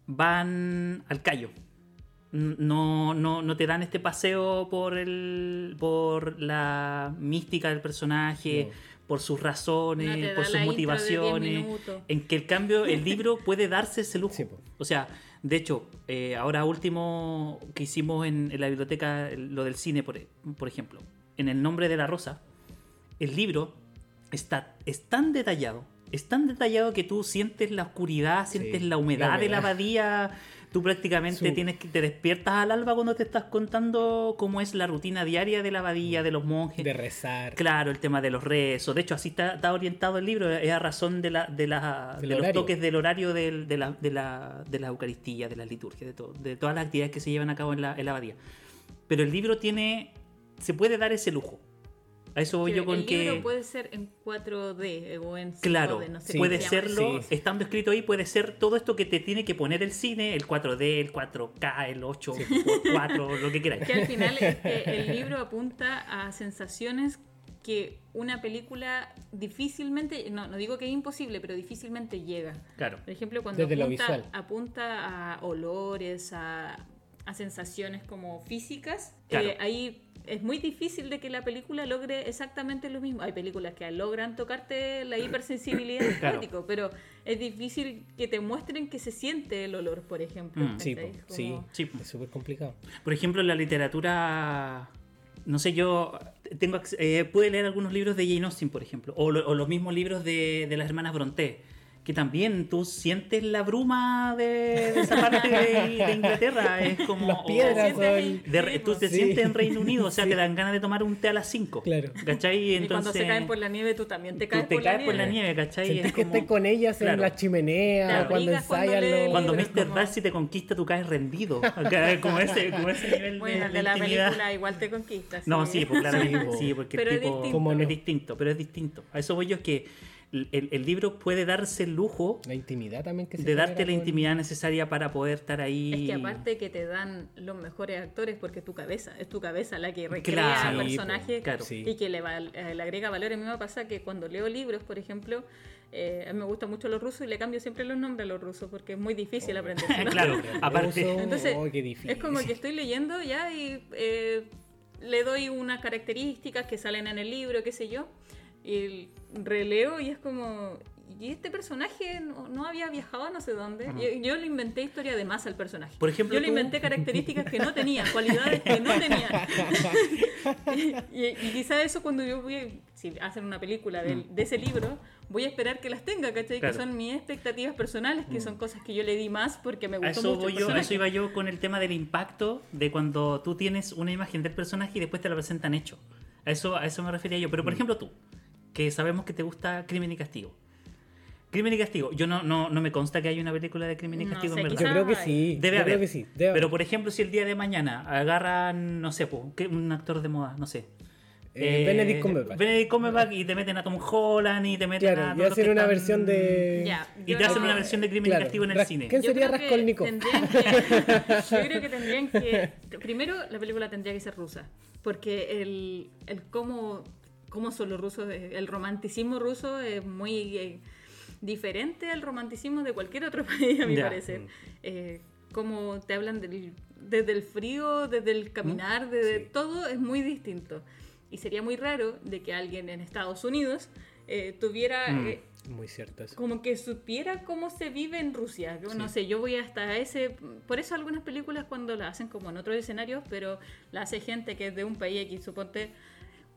Speaker 4: van al callo. N- No, no, no te dan este paseo por el por la mística del personaje, por sus
Speaker 5: No te
Speaker 4: razones,
Speaker 5: da
Speaker 4: por
Speaker 5: la
Speaker 4: sus
Speaker 5: intro de 10
Speaker 4: motivaciones.
Speaker 5: minutos.
Speaker 4: (laughs) En que el cambio, el libro puede darse ese lujo.
Speaker 3: Sí, po.
Speaker 4: O sea, de hecho, eh, ahora último que hicimos en, en la biblioteca, el- lo del cine, por, e- por ejemplo, en El nombre de la rosa, el libro está, es tan detallado, es tan detallado que tú sientes la oscuridad, sientes la, humedad
Speaker 3: la
Speaker 4: de la
Speaker 3: humedad.
Speaker 4: abadía, tú prácticamente
Speaker 3: Su-
Speaker 4: tienes que, te despiertas al alba cuando te estás contando cómo es la rutina diaria de la abadía, de los monjes.
Speaker 3: Mm. de rezar.
Speaker 4: Claro, el tema de los rezos. De hecho, así está, está orientado el libro. Es a razón de, la, de, la-
Speaker 3: Del
Speaker 4: de los
Speaker 3: horario.
Speaker 4: toques del horario del- de, la, de, la, de la Eucaristía, de la liturgia, de, todo, de todas las actividades que se llevan a cabo en la, en la abadía. Pero el libro tiene. Se puede dar ese lujo. A eso voy
Speaker 5: Que
Speaker 4: yo con
Speaker 5: el
Speaker 4: que.
Speaker 5: libro puede ser en 4D o en 5D,
Speaker 4: Claro,
Speaker 5: no sé
Speaker 4: puede
Speaker 5: cómo se llama.
Speaker 4: serlo,
Speaker 3: Sí, sí.
Speaker 4: estando escrito ahí, puede ser todo esto que te tiene que poner el cine, el 4D, el 4K, el 8, 4, lo que quieras.
Speaker 5: (laughs) Que al final
Speaker 4: (laughs)
Speaker 5: es que el libro apunta a sensaciones que una película difícilmente, no, no digo que es imposible, pero difícilmente llega.
Speaker 4: Claro.
Speaker 5: Por ejemplo, cuando
Speaker 3: Desde lo
Speaker 5: apunta,
Speaker 3: visual.
Speaker 5: apunta a olores, a, a sensaciones como físicas,
Speaker 4: Claro.
Speaker 5: eh, ahí es muy difícil de que la película logre exactamente lo mismo. Hay películas que logran
Speaker 4: (coughs)
Speaker 5: tocarte la hipersensibilidad del
Speaker 4: Claro.
Speaker 5: público, pero es difícil que te muestren que se siente el olor, por ejemplo.
Speaker 4: Mm.
Speaker 3: Sí,
Speaker 5: ¿cachai?
Speaker 3: po, sí,
Speaker 5: Como-
Speaker 4: Sí, po.
Speaker 3: es súper complicado.
Speaker 4: Por ejemplo, la literatura, no sé, yo tengo acce- eh, pude leer algunos libros de Jane Austen, por ejemplo, o, lo- o los mismos libros de, de las hermanas Bronte, que también tú sientes la bruma de, de esa parte de, de Inglaterra, es como...
Speaker 3: Las
Speaker 4: o-
Speaker 3: piedras
Speaker 5: sientes ahí.
Speaker 3: son...
Speaker 4: de re- tú te
Speaker 3: Sí.
Speaker 4: sientes en Reino Unido, o sea, te dan ganas de tomar un té a las 5.
Speaker 3: Claro.
Speaker 4: ¿Cachai?
Speaker 5: Y cuando
Speaker 4: Entonces,
Speaker 5: se caen por la nieve, tú también te
Speaker 4: tú
Speaker 5: caes,
Speaker 4: te
Speaker 5: por,
Speaker 4: caes
Speaker 5: la
Speaker 4: por la
Speaker 5: nieve.
Speaker 4: nieve, ¿cachai?
Speaker 3: Sentís
Speaker 4: Es
Speaker 3: que
Speaker 4: como-
Speaker 3: estés con ellas
Speaker 4: Claro.
Speaker 3: en la chimenea,
Speaker 4: Claro.
Speaker 3: cuando
Speaker 5: Amigas, cuando
Speaker 3: ensayan
Speaker 5: leen.
Speaker 3: los-
Speaker 4: Cuando
Speaker 5: Pero es
Speaker 4: Mr.
Speaker 5: como-
Speaker 4: Darcy te conquista, tú caes rendido. Acá, Como ese, como ese nivel
Speaker 5: Bueno,
Speaker 4: de,
Speaker 5: el de la
Speaker 4: intimidad.
Speaker 5: película igual te conquista.
Speaker 4: No, sí, pues, claramente,
Speaker 3: Sí, po.
Speaker 4: sí, porque
Speaker 5: Pero
Speaker 4: el
Speaker 5: es
Speaker 4: tipo
Speaker 5: distinto.
Speaker 3: ¿Cómo no?
Speaker 4: es distinto, pero es distinto. A eso voy yo, es que el, el- el libro puede darse el lujo
Speaker 3: La intimidad también que se
Speaker 4: de darte la
Speaker 3: genera con-
Speaker 4: intimidad necesaria para poder estar ahí.
Speaker 5: Es que
Speaker 4: (laughs)
Speaker 5: aparte que te dan los mejores actores porque tu cabeza, es tu cabeza la que recrea
Speaker 4: Claro.
Speaker 5: al
Speaker 4: Sí,
Speaker 5: personaje
Speaker 4: po, claro.
Speaker 3: Sí.
Speaker 5: y que le, val- eh, le agrega valor. A mí me pasa que cuando leo libros, por ejemplo, eh, a mí me gustan mucho los rusos y le cambio siempre los nombres a los rusos porque es muy
Speaker 4: (laughs)
Speaker 5: difícil aprenderlos.
Speaker 4: Oh. claro, aparte.
Speaker 3: Uso,
Speaker 5: Entonces,
Speaker 3: oh, qué difícil.
Speaker 5: Es como que estoy leyendo ya y eh, le doy unas características que salen en el libro, qué sé yo, y releo y es como, y este personaje no, no había viajado a no sé dónde. Yo, yo le inventé historia de más al personaje.
Speaker 4: Por ejemplo,
Speaker 5: yo le
Speaker 4: tú-
Speaker 5: inventé características que no
Speaker 4: (laughs)
Speaker 5: tenía, cualidades que no tenía. Y, y quizá eso cuando yo voy, a- si hacen una película del- de, ese libro, voy a esperar que las tenga, ¿cachai?
Speaker 4: Mm. Claro. Mm.
Speaker 5: Que son mis expectativas personales, que son cosas que yo le di más porque me
Speaker 4: A
Speaker 5: gustó
Speaker 4: eso,
Speaker 5: mucho.
Speaker 4: voy
Speaker 5: el
Speaker 4: yo, a
Speaker 5: personaje.
Speaker 4: eso iba yo con el tema del impacto de cuando tú tienes una imagen del personaje y después te la presentan hecho. A eso, a eso me refería yo. Pero
Speaker 3: Mm.
Speaker 4: por ejemplo tú, que sabemos que te gusta Crimen y Castigo. Crimen y Castigo. Yo no, no, no me consta que haya una película de Crimen y
Speaker 5: No
Speaker 4: Castigo,
Speaker 5: sé,
Speaker 4: en
Speaker 3: Yo
Speaker 4: verdad.
Speaker 5: quizá-
Speaker 3: creo que sí.
Speaker 4: Debe
Speaker 3: yo
Speaker 4: haber.
Speaker 3: creo que sí. debe
Speaker 4: Pero
Speaker 3: haber.
Speaker 4: por ejemplo, si el día de mañana agarran, no sé, po, que- un actor de moda, no sé.
Speaker 3: Eh,
Speaker 4: Eh,
Speaker 3: Benedict Cumberbatch.
Speaker 4: Benedict Cumberbatch y te meten a Tom Holland y te meten a...
Speaker 3: Claro, y
Speaker 4: todos los
Speaker 3: hacen
Speaker 4: que
Speaker 3: una
Speaker 4: están-
Speaker 3: versión de.
Speaker 5: Ya,
Speaker 4: Y
Speaker 5: yo
Speaker 4: te hacen
Speaker 5: no-
Speaker 4: una versión de Crimen
Speaker 3: Claro,
Speaker 4: y Castigo en el
Speaker 3: Ra-
Speaker 4: cine.
Speaker 3: ¿Quién
Speaker 5: Yo
Speaker 3: sería
Speaker 5: creo que
Speaker 3: Raskolnikov?
Speaker 5: tendrían que-
Speaker 3: (laughs)
Speaker 5: yo creo que tendrían que. Primero, la película tendría que ser rusa. Porque el, el cómo, cómo son los rusos, eh, el romanticismo ruso es muy eh, diferente al romanticismo de cualquier otro (laughs) país, a mi
Speaker 4: Ya.
Speaker 5: parecer. Eh, cómo te hablan del- desde el frío, desde el
Speaker 3: Mm,
Speaker 5: caminar, desde todo es muy distinto. Y sería muy raro de que alguien en Estados Unidos eh, tuviera. eh,
Speaker 3: Muy cierto eso.
Speaker 5: como que supiera cómo se vive en Rusia. Yo No sé, yo voy hasta ese... Por eso algunas películas cuando las hacen como en otros escenarios, pero la hace gente que es de un país X, suponte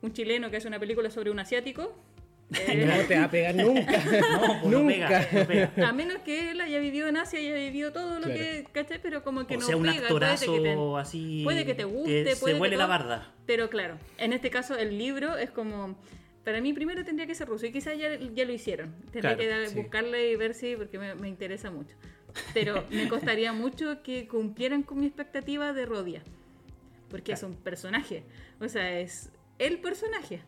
Speaker 5: un chileno que hace una película sobre un asiático. eh,
Speaker 3: No te va a pegar nunca.
Speaker 4: (laughs) No, po, no
Speaker 3: nunca.
Speaker 4: pega, no pega.
Speaker 5: a menos que él haya vivido en Asia y haya vivido todo lo
Speaker 3: Claro.
Speaker 5: que... ¿Cachai? Pero como (laughs) que
Speaker 4: o
Speaker 5: no
Speaker 4: sea, un
Speaker 5: pega, puede que te-
Speaker 4: actorazo así.
Speaker 5: puede que te guste,
Speaker 4: se
Speaker 5: puede que
Speaker 4: huele
Speaker 5: todo,
Speaker 4: la barda.
Speaker 5: Pero claro, en este caso el libro es como... Para mí primero tendría que ser ruso y quizás ya, ya lo hicieron. Tendría
Speaker 4: Claro,
Speaker 5: que dar-
Speaker 3: sí.
Speaker 5: buscarle y ver si, porque me, me interesa mucho. Pero me costaría mucho que cumplieran con mi expectativa de Rodia. Porque es un personaje. O sea, es el personaje.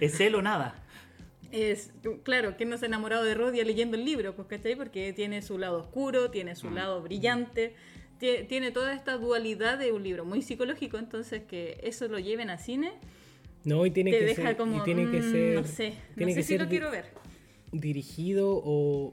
Speaker 4: Es él o nada.
Speaker 5: Es, claro, ¿quién no se ha enamorado de Rodia leyendo el libro? Pues, ¿cachai? Porque tiene su lado oscuro, tiene su lado brillante, tie- tiene toda esta dualidad de un libro muy psicológico, entonces que eso lo lleven a cine,
Speaker 3: No, y tiene
Speaker 5: te
Speaker 3: que
Speaker 5: deja
Speaker 3: ser.
Speaker 5: como...
Speaker 3: y tiene que
Speaker 5: mm,
Speaker 3: ser.
Speaker 5: no sé, no
Speaker 3: tiene
Speaker 5: sé
Speaker 3: que
Speaker 5: si
Speaker 3: ser
Speaker 5: lo
Speaker 3: di-
Speaker 5: quiero ver.
Speaker 3: Dirigido o.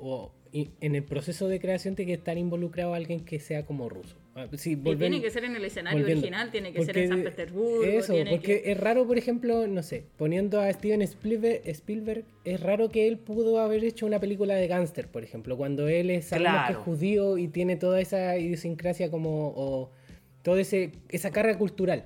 Speaker 3: o y en el proceso de creación tiene que estar involucrado alguien que sea como ruso. Ah, Sí,
Speaker 5: Y tiene
Speaker 3: volven-
Speaker 5: que ser en el escenario
Speaker 3: Volviendo.
Speaker 5: original, tiene que ser
Speaker 3: Porque
Speaker 5: en San Petersburgo.
Speaker 3: Eso,
Speaker 5: tiene
Speaker 3: porque
Speaker 5: que-
Speaker 3: es raro, por ejemplo, no sé, poniendo a Steven Spielberg, Spielberg, es raro que él pudo haber hecho una película de gángster, por ejemplo, cuando él es, sabemos que es
Speaker 4: Claro.
Speaker 3: judío y tiene toda esa idiosincrasia como, o toda ese, esa carga cultural.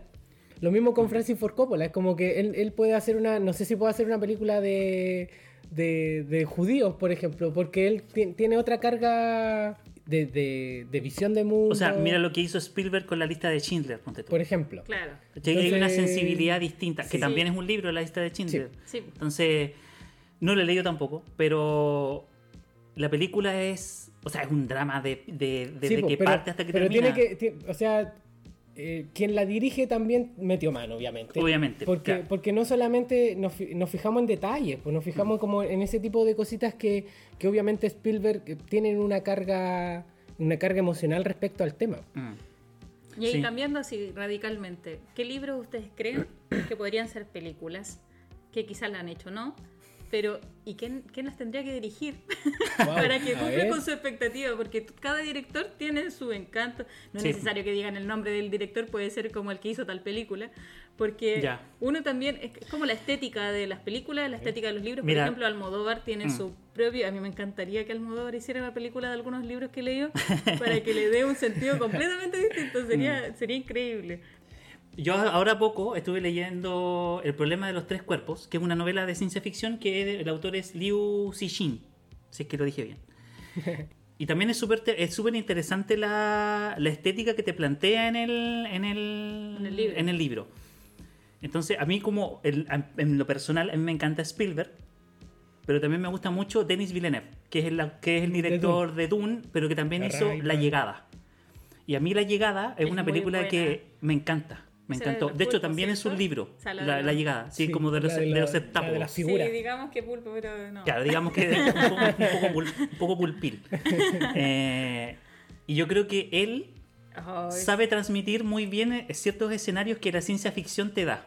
Speaker 3: Lo mismo con Francis Ford Coppola, es como que él, él puede hacer una, no sé si puede hacer una película de, de, de judíos, por ejemplo, porque él ti- tiene otra carga de, de- de visión de mundo.
Speaker 4: O sea, mira lo que hizo Spielberg con la lista de Schindler, ponte tú.
Speaker 3: Por ejemplo.
Speaker 5: Claro,
Speaker 4: ¿Cachai? Hay una
Speaker 3: Entonces-
Speaker 4: sensibilidad distinta, que
Speaker 3: Sí.
Speaker 4: también es un libro, la lista de Schindler.
Speaker 5: sí.
Speaker 4: Entonces, no lo he leído tampoco, pero la película es. O sea, es un drama de, de- desde
Speaker 3: Sí, po,
Speaker 4: que
Speaker 3: pero-
Speaker 4: parte hasta que
Speaker 3: pero
Speaker 4: termina.
Speaker 3: tiene que, ti- o sea, eh, quien la dirige también metió mano, obviamente.
Speaker 4: Obviamente,
Speaker 3: Porque,
Speaker 4: claro.
Speaker 3: porque no solamente nos, fi- nos fijamos en detalles, pues nos fijamos
Speaker 4: Mm.
Speaker 3: como en ese tipo de cositas que, que obviamente Spielberg eh, tienen una carga, una carga emocional respecto al tema.
Speaker 4: Mm.
Speaker 5: Y ahí
Speaker 4: Sí.
Speaker 5: cambiando así radicalmente, ¿qué libros ustedes creen que podrían ser películas? Que quizás la han hecho, ¿no? Pero, ¿y quién, quién las tendría que dirigir? (laughs)
Speaker 3: Wow,
Speaker 5: Para que
Speaker 3: a
Speaker 5: cumpla
Speaker 3: ver.
Speaker 5: con su expectativa, porque t- cada director tiene su encanto. No
Speaker 4: Sí.
Speaker 5: es necesario que digan el nombre del director, puede ser como el que hizo tal película. Porque
Speaker 4: Ya.
Speaker 5: uno también, es es como la estética de las películas, la estética de los libros.
Speaker 4: Mira.
Speaker 5: Por ejemplo, Almodóvar tiene
Speaker 4: Mm.
Speaker 5: su propio. A mí me encantaría que Almodóvar hiciera una película de algunos libros que leo para que le dé un
Speaker 4: (laughs)
Speaker 5: sentido completamente distinto.
Speaker 4: Mm.
Speaker 5: Sería, sería increíble.
Speaker 4: Yo ahora poco estuve leyendo El problema de los tres cuerpos, que es una novela de ciencia ficción que el autor es Liu Cixin, si es que lo dije bien. Y también es súper te- es súper interesante la, la estética que te plantea en el, en el,
Speaker 5: En el libro.
Speaker 4: en el libro. Entonces, a mí como, el- a- en lo personal, a mí me encanta Spielberg, pero también me gusta mucho Denis Villeneuve, que es el, que es el director de Dune, pero que también hizo
Speaker 3: Arranca.
Speaker 4: La llegada. Y a mí La llegada es,
Speaker 5: Es
Speaker 4: una
Speaker 5: muy
Speaker 4: película
Speaker 5: buena.
Speaker 4: que me encanta. Me
Speaker 5: Esa de
Speaker 4: encantó.
Speaker 5: los
Speaker 4: De hecho,
Speaker 5: pulpos,
Speaker 4: también es un
Speaker 5: ¿cierto?
Speaker 4: libro,
Speaker 5: O sea, la de
Speaker 4: la,
Speaker 5: los-
Speaker 4: la llegada, sí,
Speaker 3: Sí,
Speaker 4: como de los,
Speaker 3: la de
Speaker 4: de
Speaker 3: la-
Speaker 4: los
Speaker 3: la de
Speaker 4: septápodos.
Speaker 3: las Figura.
Speaker 5: Sí, digamos que pulpo, pero no.
Speaker 4: Claro, digamos
Speaker 5: (laughs)
Speaker 4: que es un poco, un poco pul- un poco
Speaker 3: (laughs)
Speaker 4: pulpil. Eh, y yo creo que él
Speaker 5: Ay,
Speaker 4: sabe transmitir muy bien eh, ciertos escenarios que la ciencia ficción te da.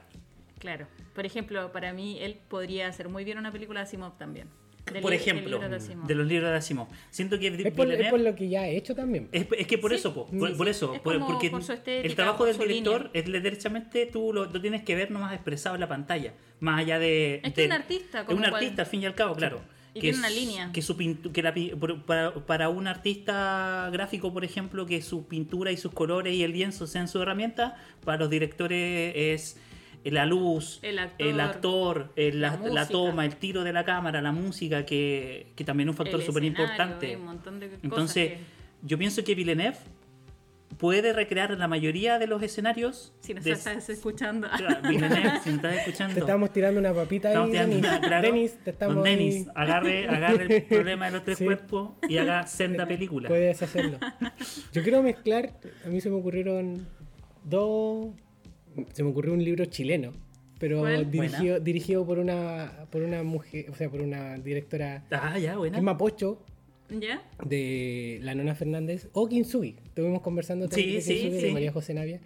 Speaker 5: Claro. Por ejemplo, para mí él podría hacer muy bien una película de Asimov también. Del
Speaker 4: por
Speaker 5: li- del
Speaker 4: ejemplo,
Speaker 5: libro de Asimov.
Speaker 4: de los libros de Asimov. Siento que
Speaker 3: Es por,
Speaker 4: Villeneuve-
Speaker 3: es por lo que ya he hecho también.
Speaker 4: Es, es que por
Speaker 5: Sí,
Speaker 4: eso, po,
Speaker 5: sí,
Speaker 4: por,
Speaker 5: sí.
Speaker 4: por eso,
Speaker 5: Es
Speaker 4: por-
Speaker 5: como
Speaker 4: porque
Speaker 5: por su estética,
Speaker 4: el trabajo
Speaker 5: por
Speaker 4: del
Speaker 5: su
Speaker 4: director
Speaker 5: línea.
Speaker 4: es derechamente tú lo, lo tienes que ver nomás expresado en la pantalla, más allá de...
Speaker 5: Es que
Speaker 4: del-
Speaker 5: un artista,
Speaker 4: es
Speaker 5: como
Speaker 4: un
Speaker 5: cual-
Speaker 4: artista, al fin y al cabo, claro. que
Speaker 5: Y tiene una
Speaker 4: es-
Speaker 5: línea.
Speaker 4: Que su pintu- que la pi- por- para, para un artista gráfico, por ejemplo, que su pintura y sus colores y el lienzo sean su herramienta, para los directores es la luz,
Speaker 5: El actor,
Speaker 4: actor, el-
Speaker 5: la
Speaker 4: la, la
Speaker 5: música.
Speaker 4: toma, el tiro de la cámara, la música, que, que también es un factor
Speaker 5: El
Speaker 4: súper
Speaker 5: escenario,
Speaker 4: importante.
Speaker 5: Un montón de cosas
Speaker 4: Entonces,
Speaker 5: que-
Speaker 4: yo pienso que Villeneuve puede recrear la mayoría de los escenarios.
Speaker 5: si nos
Speaker 4: de-
Speaker 5: estás escuchando. (laughs)
Speaker 4: Claro, Villeneuve, si me estás escuchando.
Speaker 3: Te estábamos tirando una papita ahí,
Speaker 4: Estamos tirando
Speaker 3: Denis.
Speaker 4: una, claro.
Speaker 3: Denis, te estamos
Speaker 4: Don
Speaker 3: ahí-
Speaker 4: Denis,
Speaker 3: (laughs)
Speaker 4: agarre, agarre el problema de los tres
Speaker 3: Sí.
Speaker 4: cuerpos y
Speaker 3: (laughs)
Speaker 4: haga senda película.
Speaker 3: Puedes hacerlo. Yo quiero mezclar, a mí se me ocurrieron dos, se me ocurrió un libro chileno, pero
Speaker 5: ¿Cuál?
Speaker 3: dirigido, dirigido por una por una mujer, o sea, por una directora
Speaker 4: Ah, ya,
Speaker 3: que
Speaker 4: buena.
Speaker 3: es mapocho
Speaker 5: ¿Ya?
Speaker 3: de la nona Fernández o Kintsugi. Estuvimos conversando
Speaker 4: Sí,
Speaker 3: también de
Speaker 4: sí,
Speaker 3: Kintsugi,
Speaker 4: sí.
Speaker 3: de María José Navia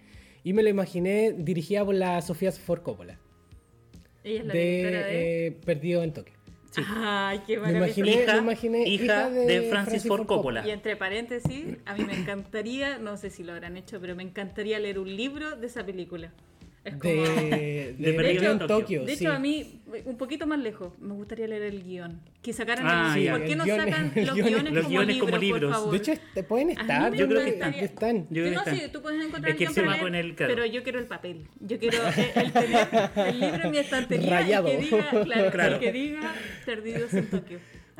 Speaker 3: y me lo imaginé dirigida por la Sofía Ford Coppola
Speaker 5: Ella es la directora de.
Speaker 3: de eh, Perdido en Tokio.
Speaker 4: Sí.
Speaker 5: Ay, qué
Speaker 3: Me
Speaker 5: maravilla.
Speaker 3: imaginé,
Speaker 4: Hija-
Speaker 3: me imaginé
Speaker 4: hija de Francis Ford Coppola.
Speaker 5: Y entre paréntesis, a mí me encantaría, no sé si lo habrán hecho, pero me encantaría leer un libro de esa película. Es (laughs) como...
Speaker 3: De, de,
Speaker 4: De
Speaker 3: Perdido en Tokio.
Speaker 5: De hecho,
Speaker 3: sí.
Speaker 5: a mí, un poquito más lejos, me gustaría leer el guión. Que sacaran
Speaker 4: Ah,
Speaker 5: el
Speaker 4: ya.
Speaker 5: guión. ¿Por qué
Speaker 3: El
Speaker 5: no
Speaker 3: guión-
Speaker 5: sacan
Speaker 3: (laughs) el
Speaker 5: los
Speaker 3: guión-
Speaker 5: guiones,
Speaker 4: los
Speaker 5: como,
Speaker 4: guiones como
Speaker 5: libros,
Speaker 4: libros.
Speaker 5: por favor?
Speaker 3: De hecho, este- pueden
Speaker 5: A mí
Speaker 3: estar.
Speaker 5: me
Speaker 3: Yo creo que
Speaker 5: encantaría-
Speaker 3: están.
Speaker 4: Yo creo
Speaker 5: no,
Speaker 4: que están.
Speaker 5: sí, tú puedes encontrar
Speaker 4: Es que
Speaker 5: el guión
Speaker 4: se
Speaker 5: para
Speaker 4: va con
Speaker 5: leer,
Speaker 4: el- claro.
Speaker 5: pero yo quiero el papel. Yo quiero eh, el, tener el libro en mi estantería
Speaker 3: Rayado.
Speaker 5: y que diga, claro,
Speaker 4: Claro.
Speaker 5: y que diga Perdidos en Tokio.